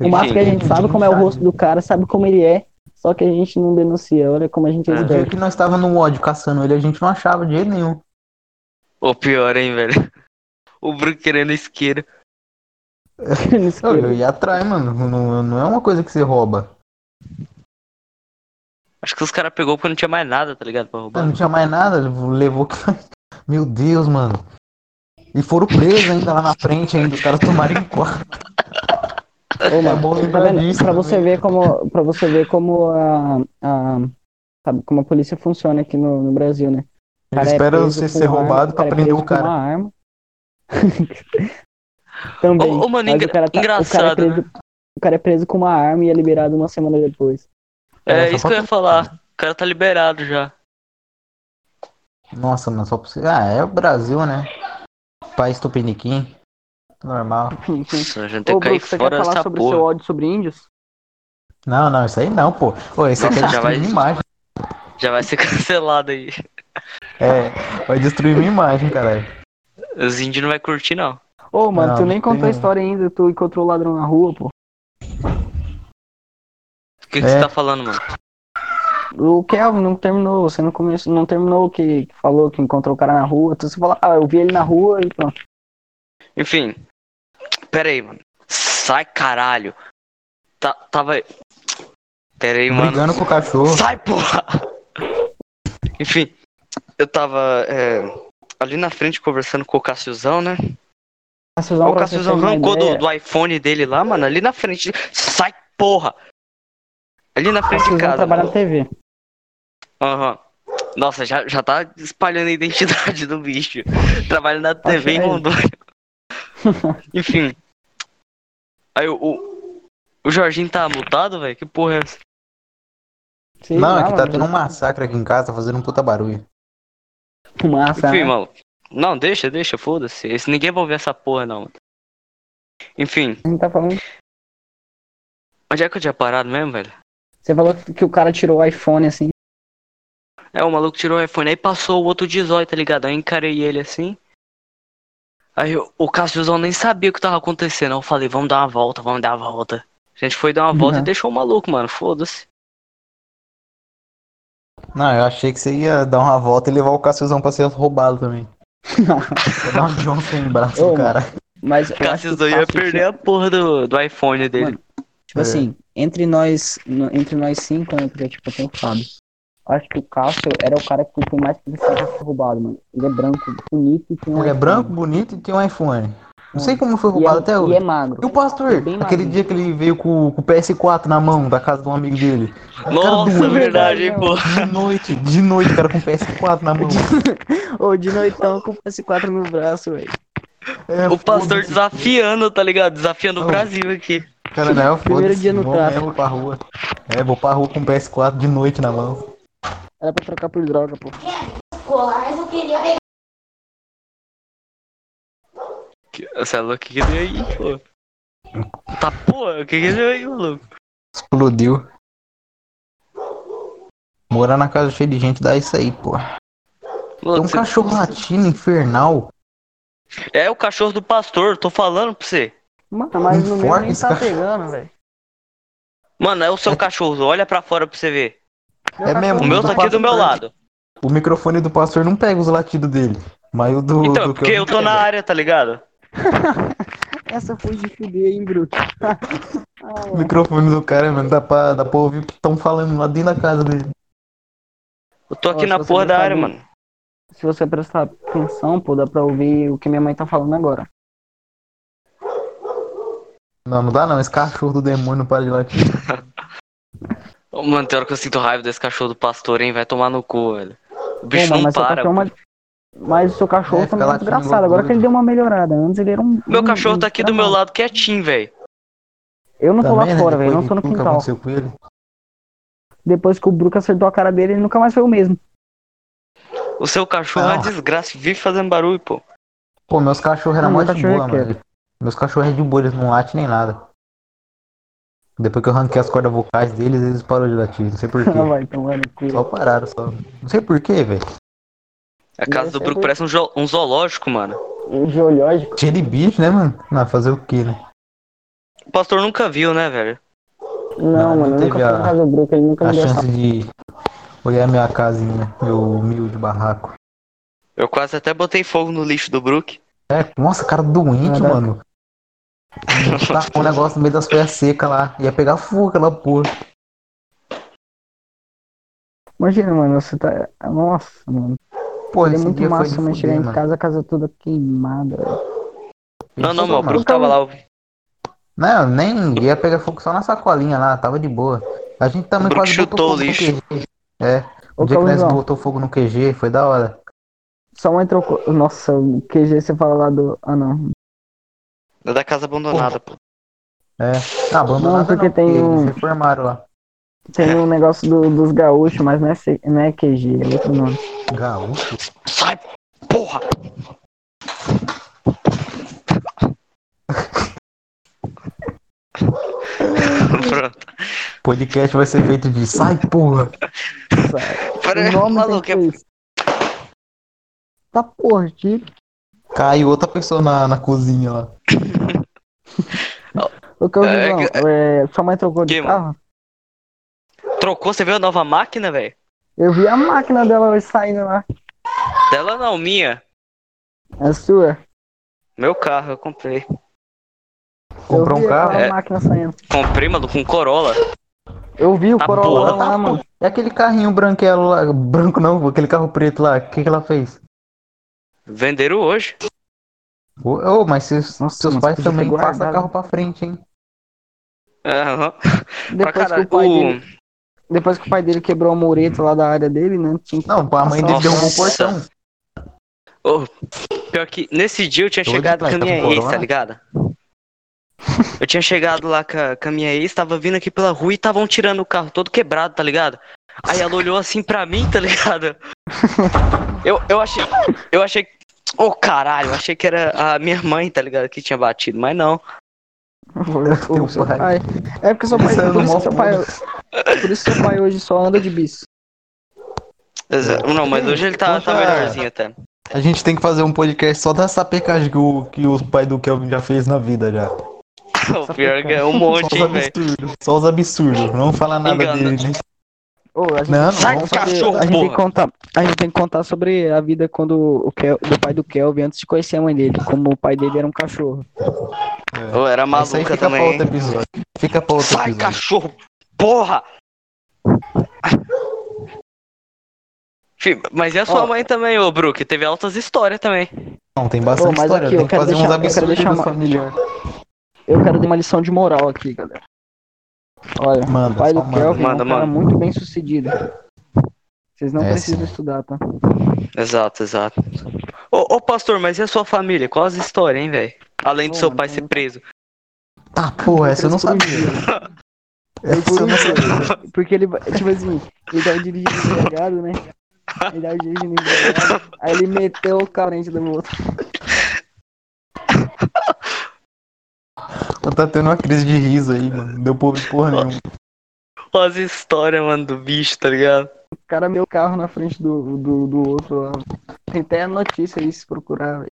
Speaker 1: O máximo que a gente sabe como é o rosto do cara, sabe como ele é. Só que a gente não denuncia. Olha como a gente é
Speaker 2: É.
Speaker 3: O dia
Speaker 1: esperto.
Speaker 3: que nós tava no ódio caçando ele, a gente não achava de jeito nenhum.
Speaker 2: Ou pior, hein, velho? O Brook querendo isqueiro.
Speaker 1: Ele
Speaker 3: Eu,
Speaker 1: escreveu.
Speaker 3: eu ia atrás, mano. Não, não é uma coisa que você rouba.
Speaker 2: Acho que os caras pegou porque não tinha mais nada, tá ligado? Pra roubar.
Speaker 3: Não tinha mais nada, levou que. Meu Deus, mano. E foram presos ainda lá na frente, ainda. Os caras tomaram em quatro.
Speaker 1: Ô, mano,
Speaker 3: É bom
Speaker 1: tá
Speaker 3: lembrar
Speaker 1: vendo?
Speaker 3: disso
Speaker 1: Pra você
Speaker 3: também.
Speaker 1: ver como, para você ver como a, a- sabe, como a polícia funciona aqui no, no Brasil, né? O cara
Speaker 3: Ele
Speaker 1: é
Speaker 3: espera
Speaker 1: preso
Speaker 3: você
Speaker 1: com
Speaker 3: ser
Speaker 1: arma,
Speaker 3: roubado pra
Speaker 1: é
Speaker 3: prender
Speaker 1: preso
Speaker 3: o cara.
Speaker 1: Com uma arma. Também.
Speaker 2: Ô, ô, mano,
Speaker 1: mas
Speaker 2: engra-
Speaker 1: o cara tá- o cara é
Speaker 2: engraçado, né?
Speaker 1: preso- O cara é preso com uma arma e é liberado uma semana depois.
Speaker 2: É,
Speaker 3: É, só
Speaker 2: isso que eu ia falar. O cara tá liberado já.
Speaker 3: Nossa, mano, só possível. Ah, é o Brasil, né? País tupiniquim. Normal.
Speaker 2: Nossa, a gente tem que cair fora dessa porra.
Speaker 1: ódio sobre índios?
Speaker 3: Não, não, isso aí não, pô. Pô, isso aqui é
Speaker 2: Nossa, já vai-
Speaker 3: destruindo imagem.
Speaker 2: Já vai ser cancelado aí.
Speaker 3: É, vai destruir minha imagem, caralho.
Speaker 2: Os índios não vai curtir, não.
Speaker 1: Ô, mano,
Speaker 3: Não,
Speaker 1: tu nem
Speaker 3: não tem
Speaker 1: contou a
Speaker 3: não.
Speaker 1: história ainda, tu encontrou o ladrão na rua, pô.
Speaker 2: O que, que
Speaker 3: É.
Speaker 2: você tá falando, mano?
Speaker 1: O Kelvin não terminou, você não começou, não terminou o que que falou que encontrou o cara na rua. Tu só fala, ah, eu vi ele na rua e pronto.
Speaker 2: Enfim. Pera aí, mano. Sai, caralho. Tá, tava. Pera aí, mano.
Speaker 3: Brigando com o cachorro.
Speaker 2: Sai, porra! Enfim, eu tava é, ali na frente conversando com o Cassiusão, né?
Speaker 1: Cassiusão,
Speaker 2: o
Speaker 1: pra você
Speaker 2: Cassiusão
Speaker 1: ter uma
Speaker 2: arrancou do,
Speaker 1: ideia,
Speaker 2: do iPhone dele lá, mano, ali na frente. Sai, porra! Ali na frente de
Speaker 1: Cassiusão
Speaker 2: casa.
Speaker 1: trabalha na
Speaker 2: mano.
Speaker 1: TV.
Speaker 2: Aham. Nossa, já, já tá espalhando a identidade do bicho. Trabalha na
Speaker 1: que
Speaker 2: TV em
Speaker 1: é.
Speaker 2: Rondônia. Enfim. Aí o, o, o Jorginho tá mutado, velho? Que porra é essa?
Speaker 1: Sei
Speaker 3: Não,
Speaker 1: lá,
Speaker 3: é que tá
Speaker 1: mano,
Speaker 3: tendo um massacre aqui em casa, tá fazendo um puta barulho.
Speaker 1: fumaça.
Speaker 2: Enfim,
Speaker 1: né?
Speaker 2: mano. Não, deixa, deixa, foda-se. Esse- Ninguém vai ouvir essa porra, não. Enfim,
Speaker 1: A gente tá falando.
Speaker 2: onde é que eu tinha parado mesmo, velho?
Speaker 1: Você falou que- que o cara tirou o iPhone assim.
Speaker 2: É, o maluco tirou o iPhone, aí passou o outro 18, tá ligado? Aí eu encarei ele assim. Aí o, o Cássiozão nem sabia o que tava acontecendo. Eu falei, vamos dar uma volta, vamos dar uma volta. A gente foi dar uma volta
Speaker 1: Uhum.
Speaker 2: e deixou o maluco, mano. Foda-se.
Speaker 3: Não, eu achei que você ia dar uma volta e levar o Cassiusão pra ser roubado também. Vai dar um Johnson em braço
Speaker 1: Ô,
Speaker 3: do cara.
Speaker 1: Mas eu acho
Speaker 2: O
Speaker 1: que
Speaker 2: Cássiozão ia
Speaker 1: fácil
Speaker 2: é perder a porra do, do iPhone dele.
Speaker 1: Mano, Tipo
Speaker 3: É.
Speaker 1: assim, entre nós, no- entre nós cinco, né? Porque tipo, tem o Fábio. Acho que o Cássio era o cara que foi mais preguiçoso de ser roubado, mano. Ele é branco, bonito e tem um
Speaker 3: Ele é
Speaker 1: iPhone.
Speaker 3: branco, bonito e tem um iPhone. Não sei como foi
Speaker 1: E é-
Speaker 3: roubado até
Speaker 1: E é
Speaker 3: hoje. E
Speaker 1: magro.
Speaker 3: o pastor,
Speaker 1: é bem
Speaker 3: aquele
Speaker 1: magrinho.
Speaker 3: dia que ele veio com, com o PS4 na mão da casa de um amigo dele.
Speaker 2: Nossa,
Speaker 3: doeu,
Speaker 2: verdade, hein,
Speaker 1: velho.
Speaker 2: pô.
Speaker 3: De noite, de noite, o cara com o PS4 na mão.
Speaker 1: Ô, de noitão com o PS4 no braço, velho.
Speaker 3: É,
Speaker 2: O pastor
Speaker 3: foda-se.
Speaker 2: desafiando, tá ligado? Desafiando o
Speaker 3: Ô.
Speaker 2: Brasil aqui.
Speaker 3: Cara, não, é
Speaker 1: Primeiro
Speaker 3: foda-se,
Speaker 1: dia no
Speaker 3: vou
Speaker 1: tráfico.
Speaker 3: mesmo pra rua. É, vou pra rua com o PS4 de noite na mão.
Speaker 1: Era pra trocar por droga, pô.
Speaker 5: Colar, eu queria pegar.
Speaker 2: Que- Você é louco? O que, que deu aí, pô? Tá porra, o que, que deu aí, maluco?
Speaker 3: Explodiu. Morar na casa cheia de gente dá isso aí, pô. Tem
Speaker 2: Maluco,
Speaker 3: um
Speaker 2: você-
Speaker 3: cachorro latino infernal.
Speaker 2: É o cachorro do pastor, tô falando pra você.
Speaker 1: Mano, mas no meu
Speaker 3: Um Forte
Speaker 1: nem
Speaker 3: esse
Speaker 1: tá
Speaker 3: cachorro.
Speaker 1: pegando, velho.
Speaker 2: Mano, é o seu cachorro, olha pra fora pra você ver.
Speaker 1: Meu
Speaker 3: É
Speaker 1: cachorro
Speaker 3: mesmo,
Speaker 2: O
Speaker 1: não
Speaker 2: meu
Speaker 3: do
Speaker 2: tá aqui do meu
Speaker 3: pastor.
Speaker 2: lado.
Speaker 3: O microfone do pastor não pega os latidos dele. Mas o do.
Speaker 2: Então,
Speaker 3: do
Speaker 2: porque eu tô
Speaker 3: pega.
Speaker 2: na área, tá ligado?
Speaker 1: Essa foi de fuder, hein, Bruto. Ah,
Speaker 3: O
Speaker 1: é.
Speaker 3: microfone do cara, mano, dá pra, dá pra ouvir o que estão falando lá dentro da casa dele.
Speaker 2: Eu tô aqui
Speaker 1: Nossa,
Speaker 2: na
Speaker 1: você
Speaker 2: porra
Speaker 1: não
Speaker 2: da
Speaker 1: sabe.
Speaker 2: área, mano.
Speaker 1: Se você prestar atenção, pô, dá pra ouvir o que minha mãe tá falando agora.
Speaker 3: Não, não dá não, esse cachorro do demônio não para de latir.
Speaker 2: Ô, Mano, tem hora que eu sinto raiva desse cachorro do pastor, hein? Vai tomar no cu, velho. O bicho
Speaker 1: Pô, mano,
Speaker 2: não
Speaker 1: mas seu
Speaker 2: para.
Speaker 1: cachorro é uma-
Speaker 2: pô.
Speaker 1: Mas o seu cachorro
Speaker 3: É, fica
Speaker 1: também é
Speaker 3: latindo
Speaker 1: desgraçado. Agora
Speaker 3: loucura.
Speaker 1: que ele deu uma melhorada. Antes ele era um.
Speaker 2: Meu
Speaker 1: um-
Speaker 2: cachorro
Speaker 1: um
Speaker 2: tá aqui do meu
Speaker 1: desgraçado.
Speaker 2: lado quietinho, velho.
Speaker 1: Eu não tô
Speaker 3: Também,
Speaker 1: lá
Speaker 3: né,
Speaker 1: fora,
Speaker 3: depois
Speaker 1: velho. Não
Speaker 3: de
Speaker 1: tô no
Speaker 3: tudo que
Speaker 1: quintal.
Speaker 3: aconteceu com ele.
Speaker 1: Depois que o Bruca acertou a cara dele, ele nunca mais foi o mesmo.
Speaker 2: O seu cachorro é uma
Speaker 1: Ah.
Speaker 3: Não.
Speaker 2: desgraça, vive fazendo barulho, pô.
Speaker 3: Pô, meus cachorros eram
Speaker 1: Não,
Speaker 3: mó
Speaker 1: meu
Speaker 3: de
Speaker 1: cachorro
Speaker 3: boa,
Speaker 1: é quieto.
Speaker 3: mano. Meus cachorros é de boa, eles não latem nem nada. Depois que eu arranquei as cordas vocais deles, eles pararam de latir. Não sei porquê.
Speaker 1: Ah, vai, então, mano.
Speaker 3: Só pararam, só. Não sei porquê, velho.
Speaker 2: A casa do
Speaker 1: Esse é
Speaker 2: Bruco
Speaker 1: do-
Speaker 2: parece um, jo- um zoológico, mano.
Speaker 1: O geológico.
Speaker 3: Tinha de bicho, né, mano? Não, fazer o quê, né?
Speaker 2: O pastor nunca viu, né, velho?
Speaker 1: Não,
Speaker 3: não
Speaker 1: mano. Eu
Speaker 3: teve
Speaker 1: nunca fui
Speaker 3: a-
Speaker 1: na casa do Bruca. Ele nunca
Speaker 3: A
Speaker 1: me deu
Speaker 3: chance
Speaker 1: essa.
Speaker 3: de olhar minha casinha, meu humilde barraco.
Speaker 2: Eu quase até botei fogo no lixo do Brook.
Speaker 3: É, nossa, cara doente,
Speaker 1: Verdade.
Speaker 3: mano. Tacou um negócio no meio das folhas secas lá. Ia pegar fogo aquela porra.
Speaker 1: Imagina, mano. Você tá. Nossa, mano.
Speaker 3: Pô,
Speaker 1: Ele é
Speaker 3: esse
Speaker 1: muito
Speaker 3: dia foi
Speaker 1: massa,
Speaker 3: de
Speaker 1: mas
Speaker 3: fuder,
Speaker 1: chegar em
Speaker 3: mano.
Speaker 1: casa, a casa toda queimada. velho.
Speaker 2: Não, não, mano, o
Speaker 3: mano.
Speaker 2: Brook tava lá. O
Speaker 3: Não, nem ia pegar fogo só na sacolinha lá, tava de boa. A gente também
Speaker 2: Bruno
Speaker 3: quase botou
Speaker 2: chutou
Speaker 3: fogo
Speaker 2: o
Speaker 3: no
Speaker 2: lixo.
Speaker 3: QG. É, o
Speaker 1: Ô,
Speaker 3: dia que nós
Speaker 1: Calvão.
Speaker 3: botou fogo no QG, foi da hora.
Speaker 1: Só uma trocou. Nossa, o QG você fala lá do. Ah, não.
Speaker 2: é da casa abandonada, pô.
Speaker 3: É, ah, abandonado
Speaker 1: Não, porque tem
Speaker 3: eles
Speaker 1: um-
Speaker 3: reformaram lá.
Speaker 1: Tem um negócio do- dos gaúchos, mas não é, C- não é QG, é outro nome.
Speaker 3: Gaúcho?
Speaker 2: Sai, porra! Pronto.
Speaker 3: Podcast vai ser feito de sai, porra.
Speaker 1: Sabe?
Speaker 2: Pera aí,
Speaker 1: O nome tem
Speaker 2: maluco,
Speaker 1: que
Speaker 2: é
Speaker 1: ser isso. Tá porra, tiro.
Speaker 3: Cai outra pessoa na, na cozinha lá.
Speaker 1: Ô, Calvizão,
Speaker 2: É,
Speaker 1: é, sua mãe trocou de
Speaker 2: Que,
Speaker 1: carro?
Speaker 2: Trocou, você viu a nova máquina, velho?
Speaker 1: Eu vi a máquina dela hoje saindo lá.
Speaker 2: Dela não, minha.
Speaker 1: A sua.
Speaker 2: Meu carro, eu comprei.
Speaker 1: eu
Speaker 3: Comprou um
Speaker 1: vi
Speaker 3: carro.
Speaker 1: A
Speaker 2: É.
Speaker 1: máquina saindo.
Speaker 2: Comprei, maluco, um Corolla.
Speaker 1: Eu vi o
Speaker 2: Tá
Speaker 1: Corolla
Speaker 2: boa.
Speaker 1: lá, mano.
Speaker 3: É aquele carrinho branquelo lá. Branco não, pô, aquele carro preto lá. O que, que ela fez?
Speaker 2: Venderam hoje.
Speaker 3: Ô, ô, mas seus,
Speaker 1: Nossa,
Speaker 3: seus
Speaker 1: mas
Speaker 3: pais
Speaker 1: podia ter
Speaker 3: também
Speaker 1: guardado.
Speaker 3: passam carro pra frente, hein?
Speaker 2: Aham. Pra
Speaker 1: Depois que,
Speaker 2: caralho.
Speaker 1: o pai
Speaker 2: O-
Speaker 1: dele, depois que o pai dele quebrou o mureto lá da área dele, né? Tinha que-
Speaker 3: Não, pô, a mãe dele
Speaker 2: Nossa.
Speaker 3: derrubou o portão.
Speaker 2: Pior que nesse dia eu tinha
Speaker 3: Doido,
Speaker 2: chegado
Speaker 3: pai,
Speaker 2: com a
Speaker 3: tá
Speaker 2: minha
Speaker 3: com
Speaker 2: ex,
Speaker 3: corona?
Speaker 2: tá ligado? Eu tinha chegado lá com a, com a minha ex, tava vindo aqui pela rua e estavam tirando o carro todo quebrado, tá ligado? Aí ela olhou assim pra mim, tá ligado? Eu, eu achei. Eu achei. Ô caralho, eu achei que era a minha mãe, tá ligado? Que tinha batido, mas não.
Speaker 1: o- o- o seu
Speaker 3: Teu
Speaker 1: pai. É porque seu pai,
Speaker 3: Pensando
Speaker 1: por isso
Speaker 3: mal,
Speaker 1: que seu pai. é- Por isso que seu pai hoje só anda de bis.
Speaker 2: Não, mas hoje ele tá, tá
Speaker 3: Poxa.
Speaker 2: melhorzinho até.
Speaker 3: A gente tem que fazer um podcast só da sapecagem que o, que o pai do Kelvin já fez na vida já.
Speaker 2: O pior que é um monte,
Speaker 3: Só
Speaker 2: hein,
Speaker 3: os
Speaker 2: velho.
Speaker 3: absurdos. Só os absurdos. Não vamos falar nada
Speaker 2: Engana.
Speaker 3: dele, né?
Speaker 1: Ô, a gente,
Speaker 3: Não, não,
Speaker 2: Sai,
Speaker 3: vamos fazer.
Speaker 2: cachorro,
Speaker 1: a gente tem que
Speaker 2: porra.
Speaker 1: contar, a gente tem que contar sobre a vida quando o Kel, do pai do Kelvin antes de conhecer a mãe dele, como o pai dele era um cachorro.
Speaker 2: Eu era
Speaker 3: Isso aí
Speaker 2: maluca
Speaker 3: fica
Speaker 2: também.
Speaker 3: pra
Speaker 2: hein?
Speaker 3: outro episódio. Fica pra outro
Speaker 2: Sai,
Speaker 3: episódio.
Speaker 2: cachorro! Porra! Fih, Mas e a sua
Speaker 1: Ó.
Speaker 2: mãe também, ô Brook? Teve altas histórias também.
Speaker 3: Não, tem bastante
Speaker 1: Ô, mas
Speaker 3: história.
Speaker 1: aqui, eu
Speaker 3: tem que
Speaker 1: quero
Speaker 3: fazer
Speaker 1: deixar- eu quero
Speaker 3: uns absurdos
Speaker 1: deixar uma-
Speaker 3: familiares.
Speaker 1: Eu quero dar uma lição de moral aqui, galera. Olha,
Speaker 3: Manda,
Speaker 1: o pai
Speaker 3: só
Speaker 1: do
Speaker 3: manda.
Speaker 1: Kelvin
Speaker 2: Manda,
Speaker 1: é um cara
Speaker 2: manda.
Speaker 1: muito bem sucedido. Vocês não
Speaker 3: É,
Speaker 1: precisam
Speaker 3: sim.
Speaker 1: estudar, tá?
Speaker 2: Exato, exato. Ô, ô, pastor, mas e a sua família? Qual as histórias, hein, velho? Além do
Speaker 1: Ô,
Speaker 2: seu
Speaker 1: mano,
Speaker 2: pai
Speaker 1: tem
Speaker 2: ser
Speaker 1: muita-
Speaker 2: preso.
Speaker 3: Tá, porra, essa eu não
Speaker 1: Por um
Speaker 3: sabia.
Speaker 1: dia.
Speaker 3: Essa
Speaker 1: Por
Speaker 3: eu
Speaker 1: um
Speaker 3: não sabia.
Speaker 1: dia. Porque ele, vai- tipo assim, ele tava dirigindo embriagado, né? Ele tava dirigindo embriagado. Aí ele meteu o carente do moto.
Speaker 3: Tá tendo uma crise de riso aí, mano. Não Deu povo de porra nenhuma.
Speaker 2: Qual as histórias, mano, do bicho, tá ligado?
Speaker 1: O cara meu carro na frente do, do, do outro lá. Tem até notícia aí se procurar, velho.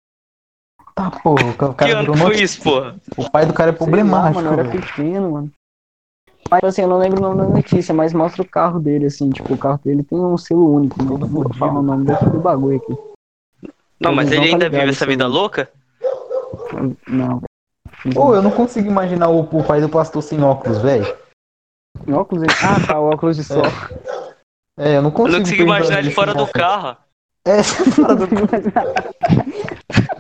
Speaker 3: Tá, porra, o ca- o
Speaker 2: que
Speaker 3: cara
Speaker 2: ano
Speaker 3: virou
Speaker 2: que foi
Speaker 3: notícia.
Speaker 2: isso, porra?
Speaker 3: O pai do cara é
Speaker 1: Sei lá,
Speaker 3: problemático,
Speaker 1: mano, eu era
Speaker 3: velho.
Speaker 1: pequeno, mano. Mas assim, eu não lembro o nome da notícia, mas mostra o carro dele, assim, tipo, o carro dele tem um selo único, mano. Não vou falar o nome do, do bagulho aqui.
Speaker 2: Não, mas
Speaker 1: Não,
Speaker 2: ele
Speaker 1: tá
Speaker 2: ainda
Speaker 1: ligado,
Speaker 2: vive essa
Speaker 1: sim.
Speaker 3: assim.
Speaker 2: vida louca?
Speaker 1: Não.
Speaker 3: Pô, eu não consigo imaginar o, o pai do pastor sem óculos, velho.
Speaker 1: Tem óculos aí? Ah, tá, óculos de sol.
Speaker 3: É, eu não
Speaker 2: Eu
Speaker 3: consigo.
Speaker 2: não consigo
Speaker 3: pensar
Speaker 2: imaginar ele
Speaker 3: nisso,
Speaker 2: fora do
Speaker 3: cara.
Speaker 2: carro.
Speaker 3: É, fora do carro.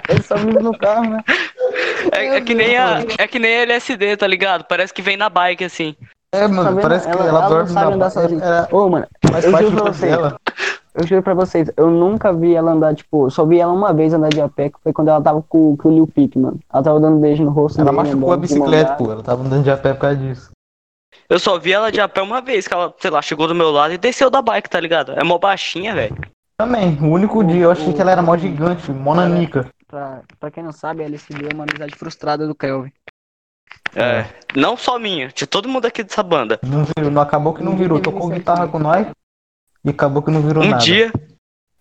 Speaker 1: Ele É só vive no carro, né?
Speaker 2: É, é que nem a, é que nem a LSD, tá ligado? Parece que vem na bike, assim.
Speaker 3: É, mano,
Speaker 1: Tá vendo?
Speaker 3: parece que
Speaker 1: Ela-
Speaker 3: ela,
Speaker 1: ela não
Speaker 3: dorme
Speaker 1: sabe
Speaker 3: na
Speaker 1: andar
Speaker 3: ba-
Speaker 1: sozinha.
Speaker 3: Ela
Speaker 1: Ô, mano,
Speaker 3: faz
Speaker 1: Eu
Speaker 3: parte
Speaker 1: juro
Speaker 3: do
Speaker 1: pra
Speaker 3: corpo
Speaker 1: vocês.
Speaker 3: dela.
Speaker 1: eu juro pra vocês, eu nunca vi ela andar, tipo, eu só vi ela uma vez andar de a pé, que foi quando ela tava com, com o Lil Peep, mano. Ela tava dando beijo no rosto
Speaker 3: Ela
Speaker 1: dele,
Speaker 3: machucou a
Speaker 1: andando de mão
Speaker 3: bicicleta,
Speaker 1: dada.
Speaker 3: pô. Ela tava andando de a pé por causa disso.
Speaker 2: Eu só vi ela de a pé uma vez, que ela, sei lá, chegou do meu lado e desceu da bike, tá ligado? É mó baixinha, velho.
Speaker 3: Também, o único dia eu achei que ela era mó gigante, mó nanica.
Speaker 1: Pra, pra quem não sabe, a LSD é uma amizade frustrada do Kelvin.
Speaker 2: É. Não só minha, de todo mundo aqui dessa banda.
Speaker 3: Não virou, não acabou que não virou. Tocou guitarra com nós e acabou que não virou
Speaker 2: um
Speaker 3: nada.
Speaker 2: dia,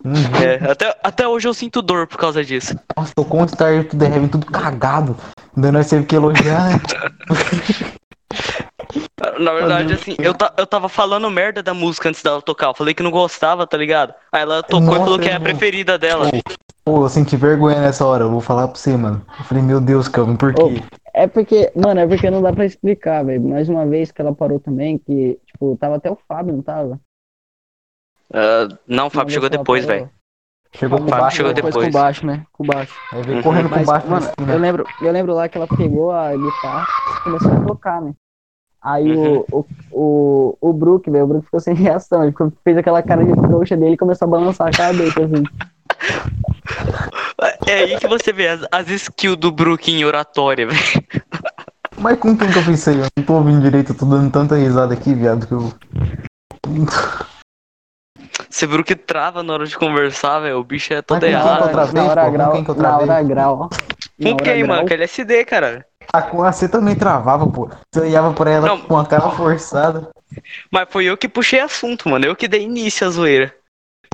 Speaker 3: Um dia.
Speaker 2: é, até, até hoje eu sinto dor por causa disso.
Speaker 3: Nossa, tocou um Star to the Heaven tudo cagado. Ainda nós teve que elogiar, né?
Speaker 2: Na verdade,
Speaker 3: Fazendo
Speaker 2: assim,
Speaker 3: o quê?
Speaker 2: eu, ta, eu tava falando merda da música antes dela tocar. Eu falei que não gostava, tá ligado? Aí ela tocou e
Speaker 3: Nossa,
Speaker 2: falou que é a
Speaker 3: irmão.
Speaker 2: preferida dela.
Speaker 3: Pô, eu senti vergonha nessa hora, eu vou falar pra você, mano. Eu falei, meu Deus, Calvin, por quê?
Speaker 1: Ô, É porque, mano, é porque não dá pra explicar, velho. Mais uma vez que ela parou também, que, tipo, tava até o Fábio, não tava?
Speaker 2: Ah, não, o
Speaker 1: Uma
Speaker 2: Fábio
Speaker 1: vez
Speaker 2: chegou
Speaker 1: que ela
Speaker 2: depois,
Speaker 3: tá
Speaker 1: parou.
Speaker 2: velho.
Speaker 3: Chegou com
Speaker 1: Fábio
Speaker 3: baixo.
Speaker 2: chegou
Speaker 3: depois.
Speaker 1: Com
Speaker 2: depois.
Speaker 1: baixo, né? Com baixo.
Speaker 3: Aí veio correndo
Speaker 1: Mas,
Speaker 3: com baixo assim, né?
Speaker 1: mano,
Speaker 3: na
Speaker 1: eu
Speaker 3: esquina.
Speaker 1: lembro, eu lembro lá que ela pegou a guitarra e começou a tocar, né? Aí
Speaker 2: Uhum.
Speaker 1: o, o, o, o Brook, velho, o Brook ficou sem reação. Ele ficou- fez aquela cara de trouxa dele e começou a balançar a cabeça, assim.
Speaker 2: É aí que você vê as, as skills do Brook em oratória, velho.
Speaker 3: Mas com quem que eu pensei? Eu não tô ouvindo direito, eu tô dando tanta risada aqui, viado, que eu.
Speaker 2: Esse Brook trava na hora de conversar, velho. O bicho é todo
Speaker 3: Mas assim na
Speaker 2: errado.
Speaker 3: hora- outra
Speaker 1: na
Speaker 3: vez,
Speaker 1: hora
Speaker 3: pô, com
Speaker 1: grau,
Speaker 3: quem que eu
Speaker 1: na hora
Speaker 3: travei?
Speaker 1: grau.
Speaker 2: Com
Speaker 1: Na hora
Speaker 2: quem,
Speaker 1: grau.
Speaker 2: mano? Que é LSD, cara.
Speaker 3: A Ah, com a C também travava, pô. Você olhava pra ela
Speaker 2: Não.
Speaker 3: com a cara forçada.
Speaker 2: Mas foi eu que puxei assunto, mano. Eu que dei início à zoeira.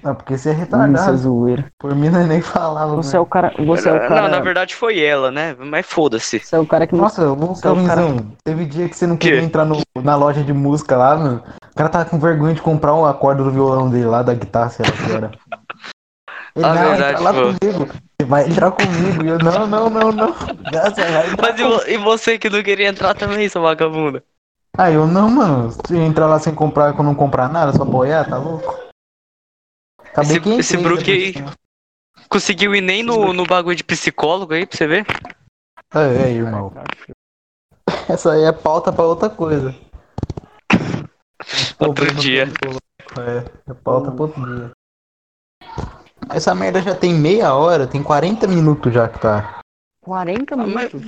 Speaker 3: Ah, porque você é
Speaker 1: Hum, seu
Speaker 3: retardado.
Speaker 1: zoeiro.
Speaker 3: Por mim não nem falava.
Speaker 1: Você é o cara. Você é o cara.
Speaker 2: Não, na verdade foi ela, né? Mas foda-se.
Speaker 1: Você é o cara que
Speaker 3: velho.
Speaker 1: não.
Speaker 3: Nossa, ô
Speaker 1: Você é o
Speaker 3: Calvinzão, teve dia que você não
Speaker 2: Que?
Speaker 3: queria entrar no, na loja de música lá, mano. O cara tava com vergonha de comprar um acorde do violão dele lá, da guitarra, sei lá que era. Ele,
Speaker 2: Ah,
Speaker 3: não,
Speaker 2: verdade,
Speaker 3: entra lá
Speaker 2: pô.
Speaker 3: comigo. Você vai entrar comigo. E eu, não, não, não, não. Não, Você vai entrar
Speaker 2: Mas e, vo- e você que não queria entrar também, sua vagabunda?
Speaker 3: Ah, eu não, mano. Se eu entrar lá sem comprar, quando não comprar nada, só boiar, tá louco?
Speaker 2: Esse-
Speaker 3: quem
Speaker 2: esse Brook aí- Conseguiu ir nem no, no bagulho de psicólogo aí pra você ver?
Speaker 3: É, é, irmão. Essa aí é pauta pra outra coisa.
Speaker 2: Outro dia.
Speaker 3: É, é pauta pra outro dia. Essa merda já tem meia hora, tem 40 minutos já que tá.
Speaker 1: 40
Speaker 2: mas-
Speaker 1: minutos.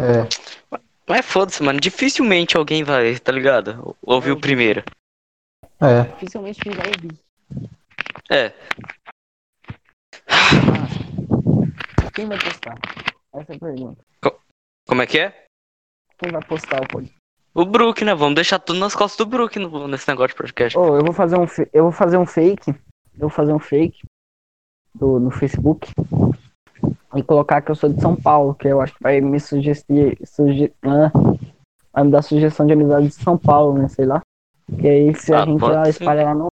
Speaker 3: É.
Speaker 2: Mas foda-se, mano. Dificilmente alguém vai, tá ligado? Ouvir o primeiro.
Speaker 3: É.
Speaker 1: Dificilmente quem vai ouvir.
Speaker 2: É.
Speaker 1: Ah, Quem vai postar? Essa é a pergunta.
Speaker 2: Como é que é?
Speaker 1: Quem vai postar o podcast?
Speaker 2: O Brook, né? Vamos deixar tudo nas costas do Brook no- nesse negócio de podcast.
Speaker 1: Ô, eu vou fazer um fe- eu vou fazer um fake. Eu vou fazer um fake do- no Facebook e colocar que eu sou de São Paulo, que eu acho que vai me sugerir suge, ah, vai me dar sugestão de amizade de São Paulo, né, sei lá. E aí se a
Speaker 2: Ah,
Speaker 1: gente
Speaker 2: pode
Speaker 1: lá,
Speaker 2: ser.
Speaker 1: espalha lá no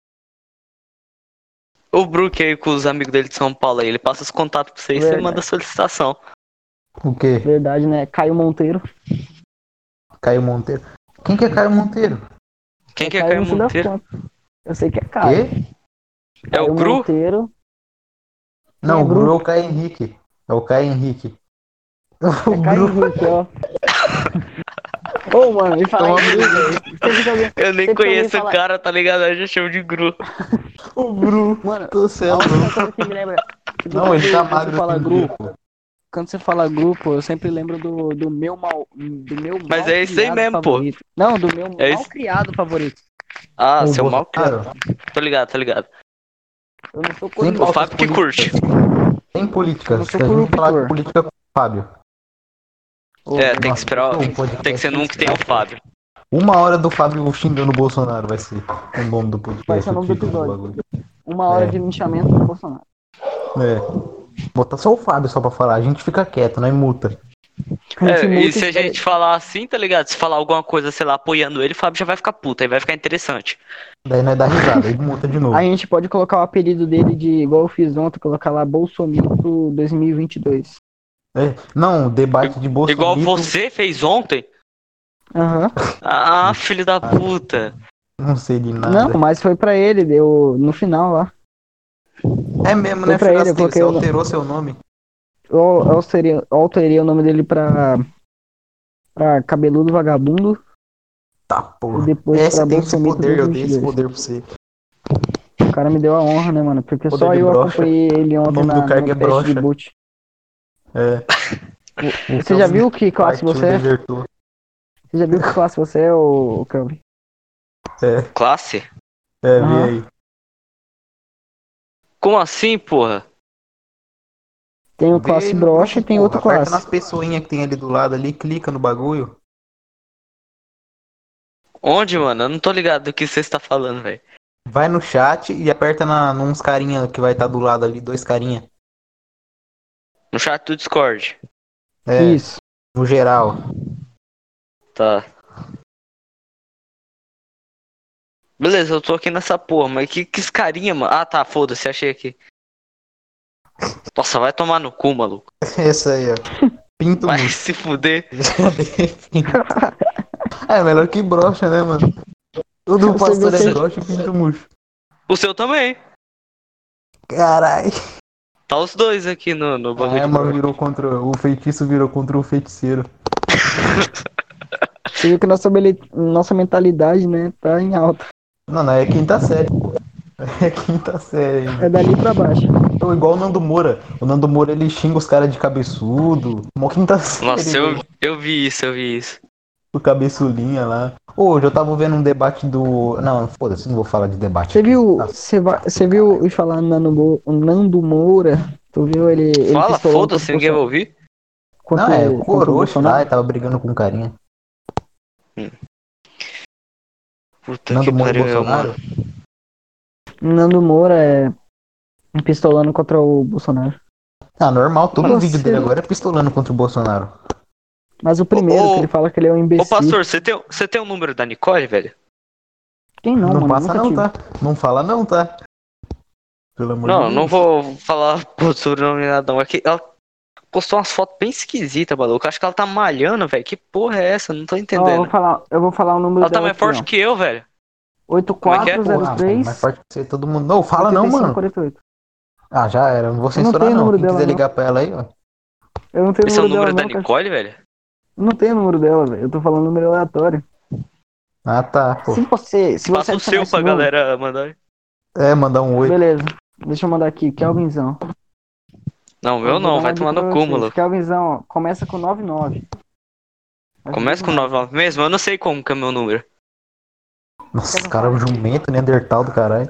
Speaker 2: O Brook aí com os amigos dele de São Paulo aí, ele passa os contatos pra você e você
Speaker 1: Verdade.
Speaker 2: manda a solicitação.
Speaker 3: O quê?
Speaker 1: verdade, né, Caio Monteiro,
Speaker 3: Caio Monteiro. Quem que é Caio Monteiro?
Speaker 2: Quem que é Caio
Speaker 1: no fim das
Speaker 2: Monteiro?
Speaker 1: contas. Eu sei que é Caio.
Speaker 3: Quê?
Speaker 2: É o
Speaker 1: Caio
Speaker 2: Gru?
Speaker 1: Monteiro.
Speaker 3: Não,
Speaker 1: É
Speaker 3: o Bruno é
Speaker 1: Bruno.
Speaker 3: o Caio Henrique. É o Caio Henrique. O
Speaker 1: É Caio
Speaker 3: Bruno.
Speaker 1: Henrique, ó. Ô, mano, e falar
Speaker 3: Toma
Speaker 1: em Gru, sempre que alguém-
Speaker 2: Eu nem
Speaker 1: Sempre que alguém
Speaker 2: conheço o
Speaker 1: fala-
Speaker 2: cara, tá ligado? Eu já chamo de Gru.
Speaker 3: O Bruno.
Speaker 1: Mano,
Speaker 3: Tô
Speaker 1: a
Speaker 3: céu.
Speaker 1: única coisa que me lembra...
Speaker 3: Não, ele tá
Speaker 1: Quando
Speaker 3: magro.
Speaker 1: Fala
Speaker 3: assim,
Speaker 1: Gru,
Speaker 3: pô.
Speaker 1: quando você fala grupo, eu sempre lembro do, do meu mal. Do meu
Speaker 2: Mas é isso aí
Speaker 1: malcriado
Speaker 2: mesmo, pô.
Speaker 1: favorito. Não, do meu
Speaker 2: É isso.
Speaker 1: mal criado favorito.
Speaker 2: Ah,
Speaker 3: O
Speaker 2: seu mal
Speaker 3: Bolsonaro.
Speaker 2: Tô ligado, tô ligado.
Speaker 1: Eu não sou
Speaker 3: Sim,
Speaker 1: corrupto.
Speaker 2: O
Speaker 3: Pautas
Speaker 2: Fábio que curte.
Speaker 3: políticas. Tem política.
Speaker 1: Eu
Speaker 3: Se
Speaker 1: sou
Speaker 3: a gente falar de
Speaker 1: corruptor.
Speaker 3: política com o Fábio.
Speaker 2: É, tem que esperar.
Speaker 3: Não, pode-
Speaker 2: Tem que ser num que tenha o Fábio.
Speaker 3: Uma hora do Fábio xingando o Bolsonaro vai ser o nome do podcast.
Speaker 1: Vai ser o nome do
Speaker 3: título
Speaker 1: episódio.
Speaker 3: bagulho.
Speaker 1: Uma hora
Speaker 3: É.
Speaker 1: de linchamento do Bolsonaro.
Speaker 3: É. Botar só o Fábio só pra falar. A gente fica quieto, não é multa.
Speaker 2: É, e
Speaker 1: multa
Speaker 2: se a gente falar assim, tá ligado? Se falar alguma coisa, sei lá, apoiando ele, o Fábio já vai ficar puta, aí vai ficar interessante.
Speaker 3: Daí nós dá risada, aí multa de novo.
Speaker 1: A gente pode colocar o apelido dele de, igual eu fiz ontem, colocar lá Bolsomito 2022.
Speaker 3: É, Não, debate de Bolsonaro.
Speaker 2: Igual você fez ontem.
Speaker 1: Aham.
Speaker 2: Ah, filho da puta.
Speaker 3: Não sei de nada.
Speaker 1: Não, mas foi pra ele, deu no final lá.
Speaker 3: é mesmo,
Speaker 1: Foi
Speaker 3: né,
Speaker 1: pra ele, eu
Speaker 3: Filasteu? Você
Speaker 1: coloquei o-
Speaker 3: alterou seu nome.
Speaker 1: Eu, eu, seria, eu alterei o nome dele pra. pra Cabeludo Vagabundo
Speaker 3: Tá,
Speaker 1: e
Speaker 3: porra.
Speaker 1: depois
Speaker 3: É,
Speaker 1: pra
Speaker 3: você tem esse
Speaker 1: Bolsomito
Speaker 3: poder, eu dei esse
Speaker 1: 2022.
Speaker 3: poder pra você.
Speaker 1: O cara me deu a honra, né, mano? Porque
Speaker 3: Poder
Speaker 1: só
Speaker 3: de
Speaker 1: eu
Speaker 3: brocha.
Speaker 1: acompanhei ele
Speaker 3: O
Speaker 1: ontem
Speaker 3: nome
Speaker 1: na,
Speaker 3: do
Speaker 1: no
Speaker 3: cara que é
Speaker 1: teste
Speaker 3: brocha.
Speaker 1: de boot.
Speaker 3: É.
Speaker 1: Você já viu que classe
Speaker 3: Então, Partiu,
Speaker 1: você é?
Speaker 3: desertou.
Speaker 1: Você já viu que classe você é, ô ô, Kelvin?
Speaker 3: É,
Speaker 2: Classe?
Speaker 3: é,
Speaker 1: Aham.
Speaker 3: vi aí.
Speaker 2: Como assim, porra?
Speaker 1: Tem o classe
Speaker 3: Vê,
Speaker 1: brocha e tem
Speaker 3: porra,
Speaker 1: outro
Speaker 3: aperta
Speaker 1: classe.
Speaker 3: nas pessoinhas que tem ali do lado ali, clica no bagulho.
Speaker 2: Onde, mano? Eu não tô ligado do que você está falando, velho.
Speaker 3: Vai no chat e aperta na, nos carinha que vai estar do lado ali, dois carinha.
Speaker 2: No chat do Discord.
Speaker 3: É,
Speaker 1: Isso.
Speaker 3: no geral.
Speaker 2: Tá. Beleza, eu tô aqui nessa porra, mas que, que carinha, mano? Ah, tá, foda-se, achei aqui. Nossa, vai tomar no cu, maluco.
Speaker 3: Essa aí, ó. Pinto
Speaker 2: Vai
Speaker 3: muito.
Speaker 2: se fuder.
Speaker 3: é melhor que brocha, né, mano? Todo
Speaker 1: Você
Speaker 3: pastor
Speaker 1: viu
Speaker 3: é
Speaker 1: que-
Speaker 3: brocha e pinto murcho.
Speaker 2: O seu também.
Speaker 3: Caralho.
Speaker 2: Tá os dois aqui no, no bagulho.
Speaker 3: É,
Speaker 2: de
Speaker 3: mano,
Speaker 2: cor.
Speaker 3: virou contra. O feitiço virou contra o feiticeiro.
Speaker 1: Você viu que nossa, bele- nossa mentalidade, né, tá em alta.
Speaker 3: Não, não, é quinta série. pô. É quinta série.
Speaker 1: É dali pra baixo.
Speaker 3: Então, igual o Nando Moura. O Nando Moura ele xinga os caras de cabeçudo. Mó quinta série.
Speaker 2: Nossa,
Speaker 3: velho.
Speaker 2: eu, eu vi isso, eu vi isso.
Speaker 3: O cabeçulinha lá. Ô, hoje eu tava vendo um debate do. Não, foda-se, não vou falar de debate.
Speaker 1: Você viu,
Speaker 3: Nossa,
Speaker 1: você va- você viu e falar Nando, Mo- Nando Moura? Tu viu ele. ele
Speaker 2: Fala,
Speaker 1: pistolou contra
Speaker 2: foda-se,
Speaker 1: o
Speaker 2: ninguém vai
Speaker 1: Bolsonaro-
Speaker 2: ouvir.
Speaker 1: contra
Speaker 3: não, é,
Speaker 1: o-
Speaker 3: o
Speaker 1: contra o
Speaker 3: Coroxa
Speaker 1: Bolsonaro?
Speaker 3: lá, ele tava brigando com o carinha.
Speaker 2: Puta
Speaker 3: Nando
Speaker 2: que
Speaker 3: Moura e
Speaker 2: pariu, meu,
Speaker 3: Bolsonaro.
Speaker 2: mano.
Speaker 1: Nando Moura é Pistolando contra o Bolsonaro.
Speaker 3: Ah, normal, todo
Speaker 1: Nossa.
Speaker 3: vídeo dele agora é pistolando contra o Bolsonaro.
Speaker 1: Mas o primeiro,
Speaker 2: ô,
Speaker 1: que ele fala que ele é um imbecil.
Speaker 2: Ô, pastor, você tem, você tem o número da Nicole, velho?
Speaker 1: Quem não,
Speaker 3: Não,
Speaker 1: mano?
Speaker 3: passa
Speaker 1: Nunca
Speaker 3: não,
Speaker 1: tive.
Speaker 3: tá? Não fala não, tá? Pelo amor de
Speaker 2: Não,
Speaker 3: Deus.
Speaker 2: não vou falar por sobrenome nada, não. É que ela postou umas fotos bem esquisitas, maluco. Acho que ela tá malhando, velho. Que porra é essa? Não tô
Speaker 1: Ó, eu,
Speaker 2: entendendo.
Speaker 1: vou falar, eu vou falar o número
Speaker 2: ela tá
Speaker 1: dela
Speaker 2: mais
Speaker 1: aqui,
Speaker 2: forte
Speaker 1: ó.
Speaker 2: que é? eu, velho.
Speaker 3: Porra, velho,
Speaker 1: 8403.
Speaker 3: mas forte que você, todo mundo. Não, fala não, mano.
Speaker 1: 8548.
Speaker 3: Ah, já era. Não vou
Speaker 1: tenho
Speaker 3: censurar,
Speaker 1: o
Speaker 3: não.
Speaker 1: número
Speaker 3: Quem quiser
Speaker 1: dela, não.
Speaker 3: ligar pra ela aí, ó.
Speaker 1: Eu não tenho
Speaker 2: Esse é o número
Speaker 1: dela,
Speaker 2: da
Speaker 1: não, cara.
Speaker 2: Nicole, velho?
Speaker 1: Não tem o número dela, velho. Eu tô falando número aleatório.
Speaker 3: Ah, tá. Pô.
Speaker 1: Se você. Se você
Speaker 2: Passa o
Speaker 1: adicionar
Speaker 2: seu
Speaker 1: esse
Speaker 2: pra
Speaker 1: número-
Speaker 2: galera mandar.
Speaker 3: É, mandar um oi.
Speaker 1: Beleza. Deixa eu mandar aqui, Kelvinzão.
Speaker 2: Não,
Speaker 1: Vou
Speaker 2: meu
Speaker 1: dar
Speaker 2: não,
Speaker 1: um
Speaker 2: vai
Speaker 1: aqui
Speaker 2: tomar
Speaker 1: pra
Speaker 2: no
Speaker 1: vocês.
Speaker 2: cu, maluco.
Speaker 1: Kelvinzão, ó, começa com 99. Mas
Speaker 2: Começa com
Speaker 1: beleza.
Speaker 2: 99 mesmo? Eu não sei como que é meu número.
Speaker 3: Nossa, esse cara é um jumento, Neandertal do caralho.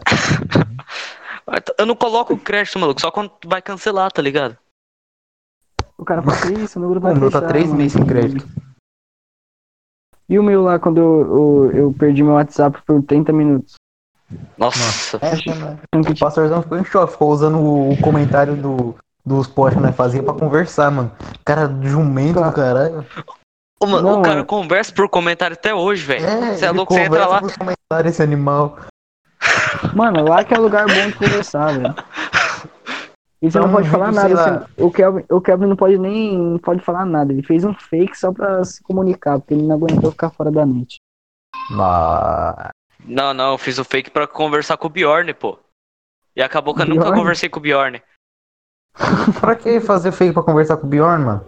Speaker 2: Eu não coloco o crédito, maluco, só quando vai cancelar, tá ligado?
Speaker 1: O cara passa isso, o número vai um
Speaker 3: O meu tá
Speaker 1: fechar,
Speaker 3: três
Speaker 1: mano.
Speaker 3: meses sem crédito.
Speaker 1: E o meu lá, quando eu, eu, eu perdi meu WhatsApp por 30 minutos.
Speaker 2: Nossa.
Speaker 3: O pastorzão ficou em choque, ficou usando o, o comentário do, dos posts que nós fazia pra conversar, mano. Cara, jumento do caralho.
Speaker 2: Ô, mano,
Speaker 1: Não, é.
Speaker 2: o cara
Speaker 1: mano.
Speaker 2: conversa por comentário até hoje, velho. Você é
Speaker 3: ele
Speaker 2: louco, você entra
Speaker 3: conversa
Speaker 2: lá.
Speaker 3: pros comentários, esse animal.
Speaker 1: Mano, lá que é lugar bom de conversar, velho. E você
Speaker 3: Então,
Speaker 1: não pode
Speaker 3: um
Speaker 1: falar
Speaker 3: vídeo, sei
Speaker 1: nada.
Speaker 3: lá.
Speaker 1: você- o, Kelvin, o Kelvin não pode nem não pode falar nada. Ele fez um fake só pra se comunicar, porque ele não aguentou ficar fora da net.
Speaker 3: Ah,
Speaker 2: Não, não, eu fiz o fake pra conversar com o Bjorn, pô. E acabou que eu nunca
Speaker 1: Bjorn?
Speaker 2: conversei com o Bjorn.
Speaker 3: pra que fazer fake pra conversar com o Bjorn, mano?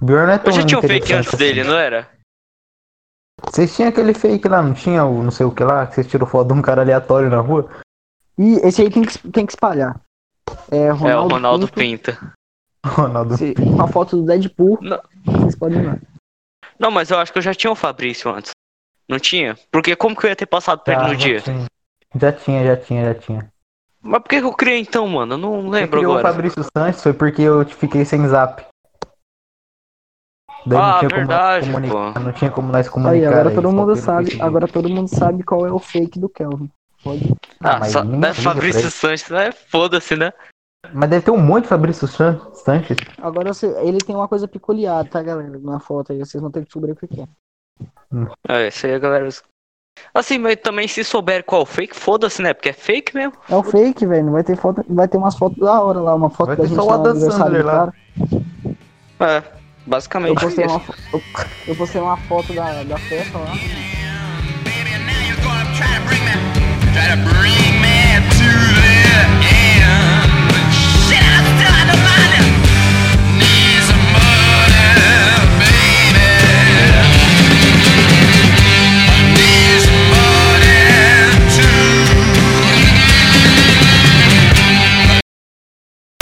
Speaker 3: O Bjorn é tão
Speaker 2: Eu já tinha um fake
Speaker 3: interessante
Speaker 2: antes dele, não era?
Speaker 3: assim. Vocês tinham aquele fake lá, não tinha o não sei o que lá, que vocês tirou foto de um cara aleatório na rua?
Speaker 1: E esse aí tem que, tem que espalhar. É, Ronaldo
Speaker 2: é, o Ronaldo
Speaker 1: Pinto,
Speaker 2: Pinta.
Speaker 3: Ronaldo.
Speaker 1: se- uma foto do Deadpool.
Speaker 2: Não.
Speaker 1: Vocês podem lá.
Speaker 2: Não, mas eu acho que eu já tinha o Fabrício antes. Não tinha? Porque como que eu ia ter passado pra ele
Speaker 3: Ah,
Speaker 2: no
Speaker 3: já
Speaker 2: dia?
Speaker 3: tinha. Já tinha, já tinha, já tinha.
Speaker 2: Mas por que que eu criei então, mano? Eu não
Speaker 3: Quem
Speaker 2: lembro
Speaker 3: criou
Speaker 2: agora.
Speaker 3: o Fabrício Santos foi porque eu fiquei sem zap. Daí
Speaker 2: Ah,
Speaker 3: como nós
Speaker 2: verdade,
Speaker 3: comunicar,
Speaker 2: pô. Ah,
Speaker 3: não tinha como nós comunicar.
Speaker 1: Aí, agora
Speaker 3: aí,
Speaker 1: todo
Speaker 3: só
Speaker 1: mundo
Speaker 3: pelo
Speaker 1: sabe.
Speaker 3: Facebook.
Speaker 1: Agora todo mundo sabe qual é o fake do Kelvin. Pode.
Speaker 2: Ah,
Speaker 3: mas
Speaker 2: só,
Speaker 3: ninguém
Speaker 2: né,
Speaker 3: liga
Speaker 2: Fabrício
Speaker 3: pra
Speaker 2: Sanches, né? Foda-se, né?
Speaker 3: Mas deve ter um monte de Fabrício San- Sanches.
Speaker 1: Agora você- ele tem uma coisa peculiar, tá, galera? Na foto aí. Vocês vão ter que descobrir o que que é.
Speaker 2: É, isso aí, galera. Assim, mas também se souber qual fake, foda-se, né? Porque é fake mesmo.
Speaker 1: É um fake, velho. Não vai ter foto. Vai ter umas fotos da hora lá. Uma foto
Speaker 3: Vai
Speaker 1: da
Speaker 3: ter
Speaker 1: gente
Speaker 3: só o
Speaker 1: lá no
Speaker 3: Adam
Speaker 1: aniversário
Speaker 3: Sandler
Speaker 1: do
Speaker 3: lá.
Speaker 1: cara.
Speaker 2: É,
Speaker 1: Eu
Speaker 2: basicamente.
Speaker 1: postei
Speaker 2: isso.
Speaker 1: uma, fo- eu, eu postei uma foto da, da festa lá.